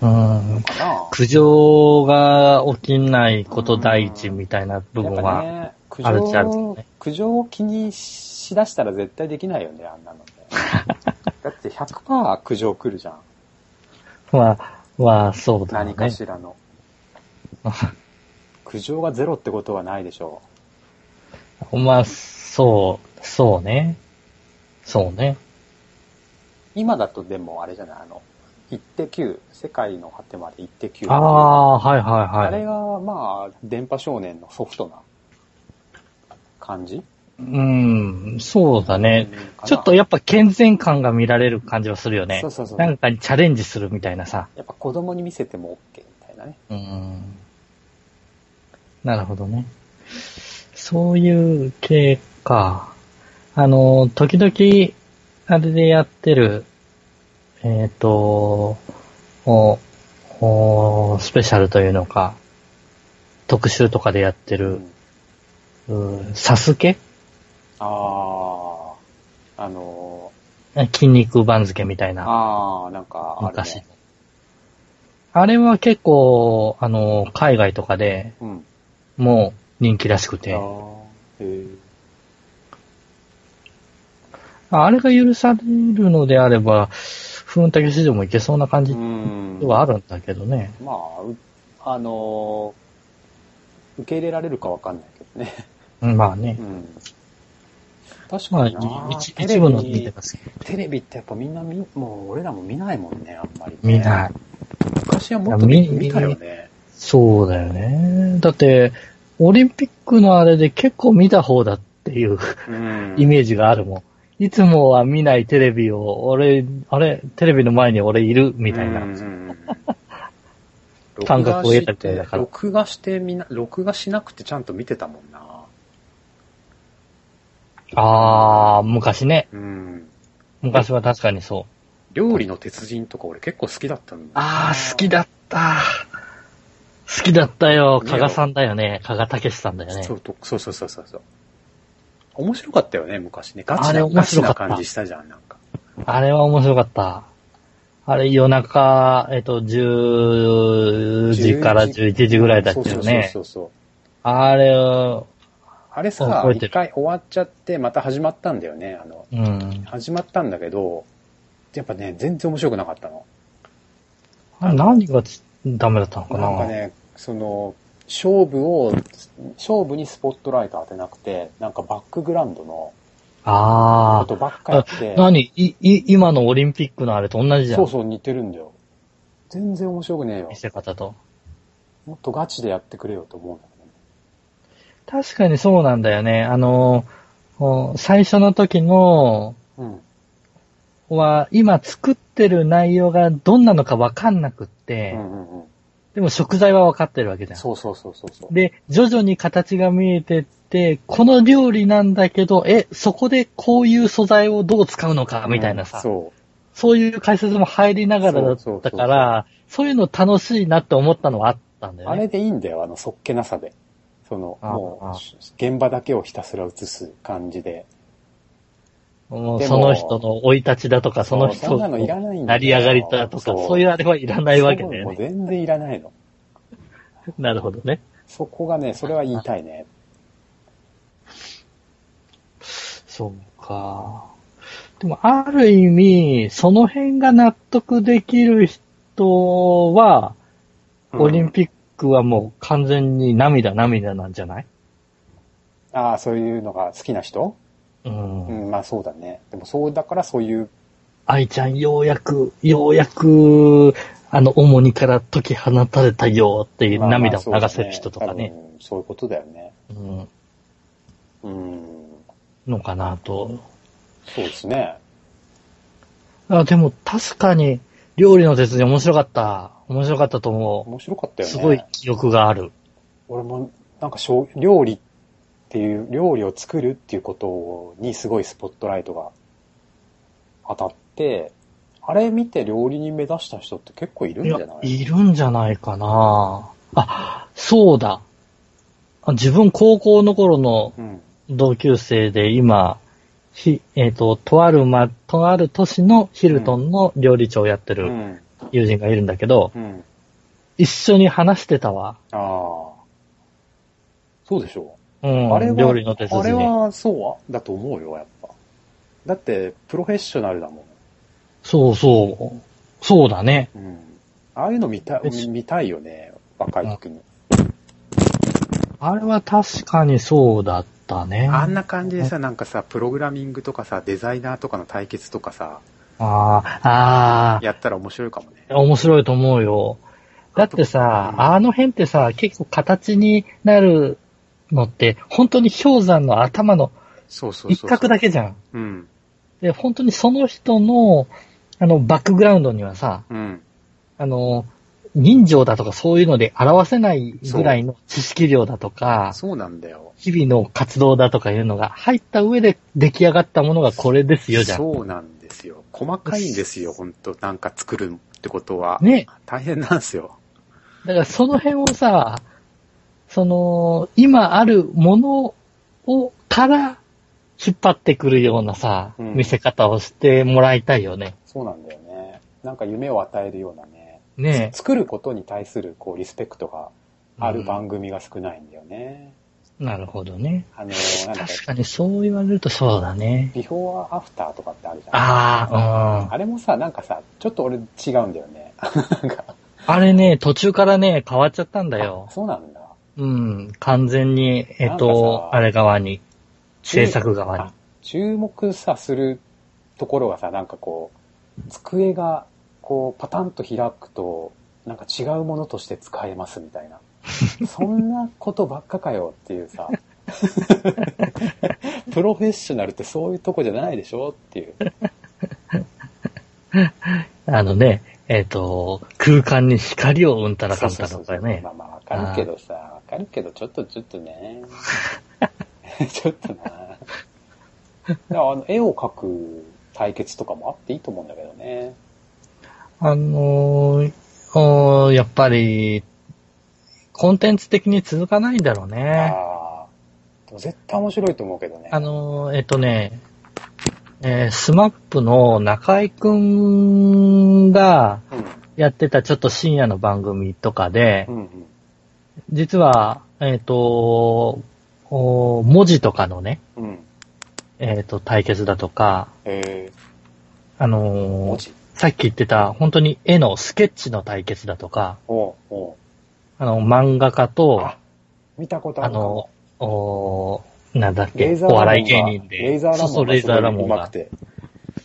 うんの。かな。苦情が起きないこと第一みたいな部分やは、っぱね、苦あるっちゃある情、よね苦情を気にしだしたら絶対できないよね、あんな のね。だって100%苦情来るじゃん。まあ、まあ、そうだね。何かしらの。苦情がゼロってことはないでしょまあ、そう、そうね。そうね。う。今だとでもあれじゃない、あの、1.9、世界の果てまで1.9。ああ、はいあはいはれい。が、まあ、電波少年のソフトな感じうん、そうだね。うんかなちょっとやっぱ健全感が見られる感じはするよねそう。そうそう。なやんかにチャレンジするみたいなさ。っぱ子供に見せても OK みたいなね。うん。なるほどね。そういう系か。あの、時々、あれでやってる、えっ、と、お、お、スペシャルというのか、特集とかでやってうる、んうん、サスケああ、あの筋肉番付みたいー、な、ああ、なんか、ある昔ね。。あれは結構、あの、海外とかでうん。もう人気らしくて。あーへえあれが許されるのであれば、ふんたけ市場もいけそうな感うじんで。はあるんだけどね。まあ、うあのー受け入れられるかわかんないけどね。うんまあねう。ん。確まかあ、にな、一テ一レ部の見てビ、ますけど。テレビってやっぱみんな見、もう俺らも見ないもんね、あんまり、ね。見ない。。昔はもっと見いや見見たよね。そうだよね。だって、オリンピックのあれで結構見た方だっていううんイメージがあるもん。いつもは見ないテレビを、俺、あれ、テレビの前に俺いるみたいな。うんうんうん。感覚を得たみたいだから録画してみな、録画しなくてちゃんと見てたもんな。あー、昔ね。うん。昔は確かにそう。料理の鉄人とか俺結構好きだったんだ。あー、好きだった。好きだったよ。加賀さんだよね。加賀武さんだよねそ。うとそうそうそうそうそう。面白かったよね、昔ね。ガチあれな、面ガチ白かなった感じしたじゃん、なんか。あれは面白かった。あれ、夜中、えっと、10時から11時ぐらいだったよねそ。うそうそうそう。あれ、うあれうんさ覚、えてる一回終わっちゃって、また始まったんだよね。あの、ん。始まったんだけど、やっぱね、全然面白くなかったの。あれ、何がつダメだったのかななんかね、その、勝負を、勝負にスポットライト当てなくて、なんかバックグラウンドのこあとばっかやってー。、何い、い、今のオリンピックのあれと同じじゃん。そうそう似てるんだよ。全然面白くねえよ見。せ方と。もっとガチでやってくれよと思うんだけどね。確かにそうなんだよね。あの、お最初の時の、うん。は、今作ってる内容がどんなのかわかんなくっうて、んうんうん。でも食材はわかってるわけじゃん。そうそうそうそうそう。で、徐々に形が見えてって、この料理なんだけど、え、そこでこういう素材をどう使うのか、みたいなさ、うんそうそいう解説も入りながらだっそううたから、そそうそうそいうの楽しいなって思ったのはあったんだう。よあね。れでいいんだよ、あの、そっけなさで。その、ああもう、現場だけをひたすら映す感じで。もうでもその人の生い立ちだとか、そのそ人んなのいらないんだよ成り上がりだとか、そうそういうあれはいらないわけだよもうね。全然いらないの。なるほどね。そこがね、それは言いたいね。そうか。でも、ある意味、その辺が納得できる人は、オリンック。ピックはもう完全に涙涙なんじゃないああ、そういうのが好きな人うん。うん、まあそうだね。でもそうだからそういう、愛ちゃんようやく、ようやく、あの、重荷から解き放たれたよっていうまあまあ涙そをうだね流せる人とかね、。多分そういうことだよね。うん、うん。のかなと。そうですね。あでも、確かに、料理の鉄人面白かった。面白かったと思面白かったう。よね。すごい記憶がある。俺も、なんかしょう、料理っていう、料理を作るっていうことにすごいスポットライトが当たって、あれ見て料理に目指した人って結構いるんいじゃやない、いるんじゃないかなあ、そうだ。あ自分高校の頃のうん。同級生で今、ひ、えっ、と、とあるま、とある都市のヒルトンの料理長をやってうるん。友人がいるんだけど、うん。一緒に話してたわ。ああ。そうでしょうん、あれは、料理の手あ筋れに。はそうだと思うよ、やっぱ。だって、プロフェッショナルだもそうそう。そうだね。ん。うん。ああいうの見たよしい、見たいよね、若い時に。あれは確かにそうだったね。あんな感じでさ、なんかさ、プログラミングとかさ、デザイナーとかの対決とかさ、あーあやったら面白いかもねー、。面白いと思うよ。だってさ、うんあの辺ってさ、結構形になるのって、本当に氷山の頭のそうそう一そうそう。角だけじゃん。うん。で、本当にその人の、あの、バックグラウンドにはさ、うん。あの、人情だとかそういうので表せないぐらいの知識量だとか、そうなんだよ。日々の活動だとかいうのが入った上で出来上がったものがこれですよ、じゃん。そうなんですよ。細かいんですよ、ほんと。なんか作るってことは。ね。大変なんですよ。だからその辺をさ、その、今あるものを、から、引っ張ってくるようなさ、うん見せ方をしてもらいたいよね。そうなんだよね。なんか夢を与えるようなね。ね作ることに対する、こう、リスペクトがある番組が少ないんだよね。え。なるほどね。あのー、なんだっけ、確かにそう言われるとそうだね。ビフォーアフターとかってあるじゃん。ああ、あれもさ、なんかさ、ちょっと俺違うんだよね。うん。あれね、途中からね、変わっちゃったんだよあ。そうなんだ。うん、完全に、えっなんかと、さあれ側に、制作側にあ。注目さ、するところがさ、なんかこう、机が、こう、パタンと開くと、なんか違うものとして使えますみた いな。そんなことばっかかよっていうさ、プロフェッショナルってそういうとこじゃないでしょっていう。あのね、えっ、と、空間に光をうんたらかんたらとかねま。あまあ、わかるけどさ、わかるけど、ちょっとちょっとね。 ちょっとな。だからあの、絵を描く対決とかもあっていいと思うんだけどね。あのーおーやっぱり、コンテンツ的に続かないんだろうね。ああ。でも絶対面白いと思うけどね。あのーえっ、とね、えースマップの中井くんがうん、やってたちょっと深夜の番組とかでう、んうん。実は、えっ、とおー文字とかのね、うん。えっ、と、対決だとか、えあー、文のー字さっき言ってた、本当に絵のスケッチの対決だとか、おうおうあの、漫画家とあ、見たことああるかもの、おーなんだっレけー、ザーラモンおが笑い芸人で、レーザーラモンそうそう、レーザーラモンうまがく、て。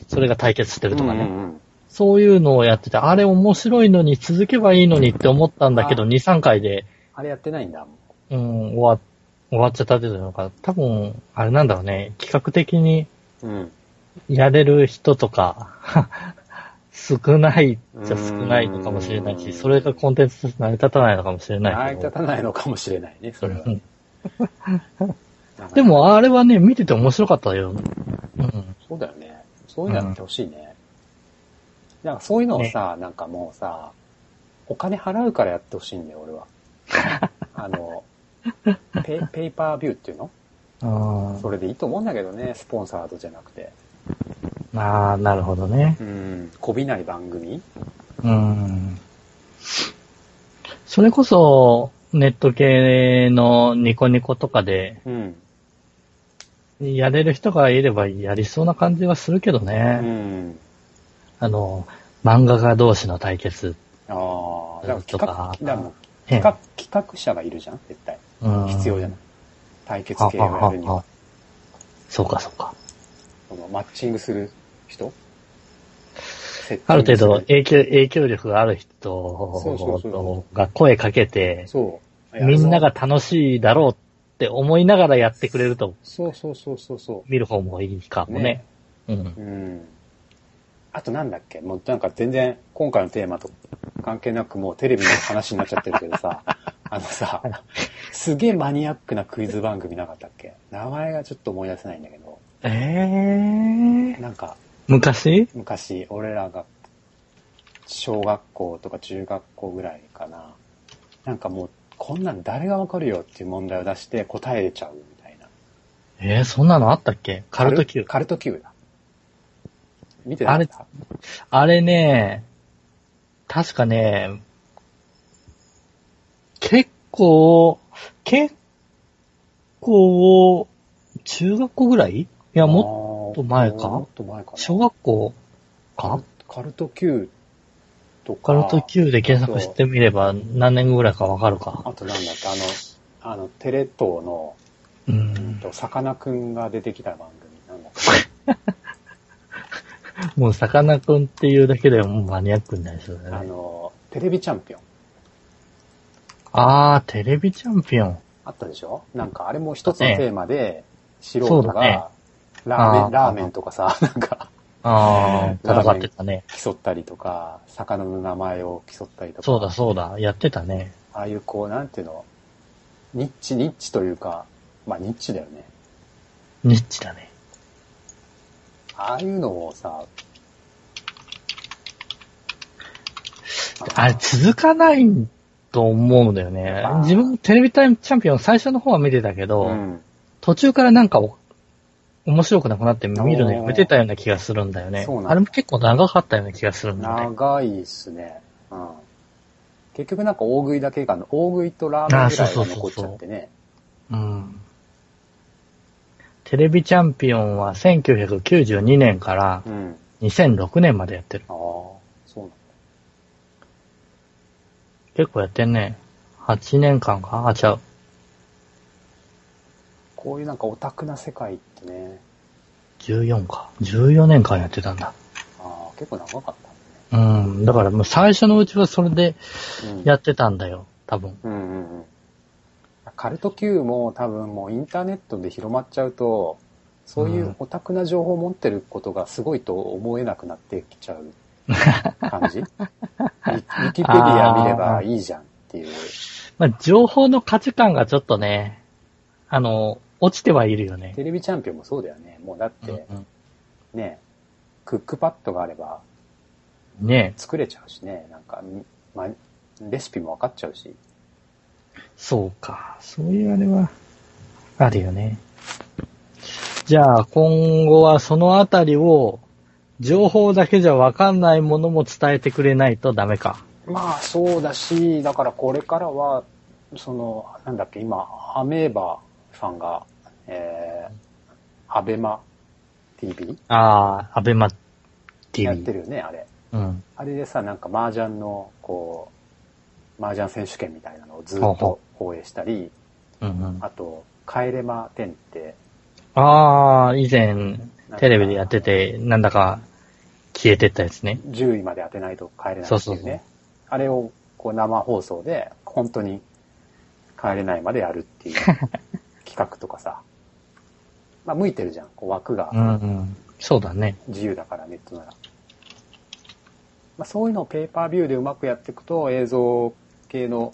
それが対決してるとかね、うんうんうんそういうのをやってて、あれ面白いのに続けばいいのにって思ったんだけど、あ2、3回で、あれやってないんだ。もうん、終わ、終わっちゃったっていうのか、多分、あれなんだろうね、企画的にううん。やれる人とか、 少ないっちゃ少ないのかもしれないし、それがコンテンツとして成り立たないのかもしれない成けりど。立たないのかもしれないね、それは。 うんなかなかで、も、あれはね、見てて面白かったよ。うん。そうだよね。そういうのやってほしいね。なんかそういうのをさ、なんかもうさ、お金払うからやってほしいんだよ、 俺は。あの、ペイペイパービューっていうのあそれでいいと思うんだけどね、スポンサードじゃなくて。ーあー、なるほどね。うん、こびない番組うん。それこそ、ネット系のニコニコとかで、うん。やれる人がいればやりそうな感じはするけどうね。ん。あの、漫画家同士の対決。ああ、だからと企か画、だからもうね企画、企画者がいるじゃん、絶対。うん必要じゃない。対決は系はをやはるにはは。そうか、そうか。そのマッチングする人セッティあるング程す度影響影響力がある人そうそうそが声かけて、そう。みんなが、楽しいだろうって思いながらやってくれるとそうそうそうそうそ見る方もいいかう。もね。うんね。うん。あとなんだっけもうなんか全然今回のテーマと関係なくもうテレビの話になっちゃってるけど さ、あのさ、すげえマニアックなクイズ番組なかったっけ名前がちょっと思い出せないんだけど、ええなんか昔昔俺らが小学校とか中学校ぐらいかな、なんかもうこんなん誰がわかるよっていう問題を出して答えちゃうみたいな。えー、そんなのあったっけカルト級。カルト級だ。見てなかったあれね、確かね、結構、結構、中学校ぐらいいや、ももっと前かもっと前かっな。小学校かカルト級とか。カルト Q で検索してみれば何年ぐらいかわかるか。あとなんだっけ、あの、あの、テレ東の、ううんん。と、さかなクンが出てきた番組。なんだっけもう、さかなクンっていうだけでもうマニアックになりそうだあね。の、テレビチャンピオン。あー、テレビチャンピオン。あったでしょなんかあれも一つのテーマで、素そ人うだねが、ラーメあーン、ラーメンとかさ、 なんか、あー、戦ってたね。競ったりとか、魚の名前を競ったりとか。そうだ、そうだ。やってたね。ああいうこう、なんていうの、ニッチニッチというか、まあニッチだよね。ニッチだね。ああいうのをさ、あれ続かないと思うんだよねあー。自分もテレビタイムチャンピオン最初の方は見てたけど、うん、途中からなんかお面白くなくなって見るのやめてたような気がするんだよおーねそうなん。だあれも結構長かったような気がするんだよね。長いっすね。うん。結局なんか大食いだけが、大食いとラーメあンあぐらいそがうそう残っそうちそうゃってね。うん。テレビチャンピオンは1992年からうん。 2006年までやってる。ああ、そうなんだ。結構やってんね。8年間かあ、ちゃう。こういうなんかオタクな世界ってね、 14か。14年間やってたんだ。ああ、結構長かっうん。だからもう最初のうちはそれでたね。うん、やってたんだよ。多分。うんうんうん。カルト Q も多分もうインターネットで広まっちゃうと、そういううんオタクな情報を持ってることがすごいと思えなくなってきちゃう感じウィウィキペディア見ればいいじゃんっていう。まあ、情報の価値観がちょっとね、あの、落ちてはいるよね。テレビチャンピオンもそうだよね。もうだっうんてね、クックパッドがあればうんね作れちゃうしね。なんか、みま、レシピもわかっちゃうし。えそうか。そういうあれは、あるよね。じゃあ、今後はそのあたりを、情報だけじゃわかんないものも伝えてくれないとダメか。まあそうだし、だからこれからは、その、なんだっけ、今、アメーバさんが、えー、アベマ TV ああ、アベマ TV。やってるよね、あれ。うん。あれでさ、なんか麻雀の、こう、麻雀選手権みたいなのをずっほうほと放映したり、うんうん、あと、帰れま10って、ああ、以前、テレビでやってて、なんだか消えてったやつね。 10位まで当てないと帰れないっていうね。そうそうそうあれを、こう生放送で、本当に帰れないまでやるって いう企画とかさ。まあ、向いてるじゃん。こう枠がうんうん。そうだね。自由だからネットなら。まあ、そういうのをペーパービューでうまくやっていくと映像系の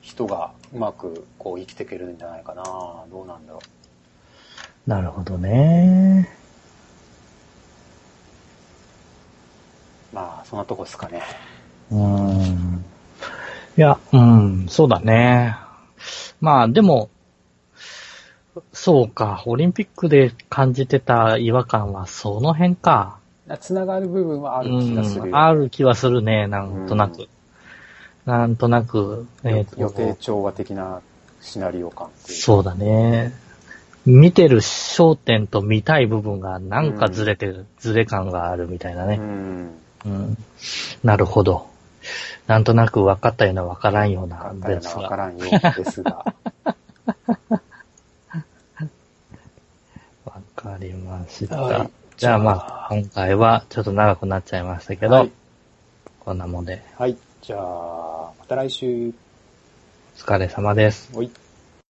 人がうまくこう生きていけるんじゃないかなどうなんだろなるほどね。う。まあ、そんなとこですかね。うん。いや、うん、そうだね。まあ、でも、そうか、オリンピックで感じてた違和感はその辺か。つながる部分はある気がするうよん、ある気はするね、なんとなうく。んなんとなく、えっ、と、予定調和的なシナリオ感っていうかそうだね。見てる焦点と見たい部分がなんかずれてる、ずれ感があるみたいなうね、ん。うんなるほど。なんとなく分かったような分からんような簡単でなすわかが。らんようです が。分かりました。はいじゃあまじゃああ、今回はちょっと長くなっちゃいましたけど、はい。こんなもんではい。じゃあ、また来週。お疲れ様です。おい。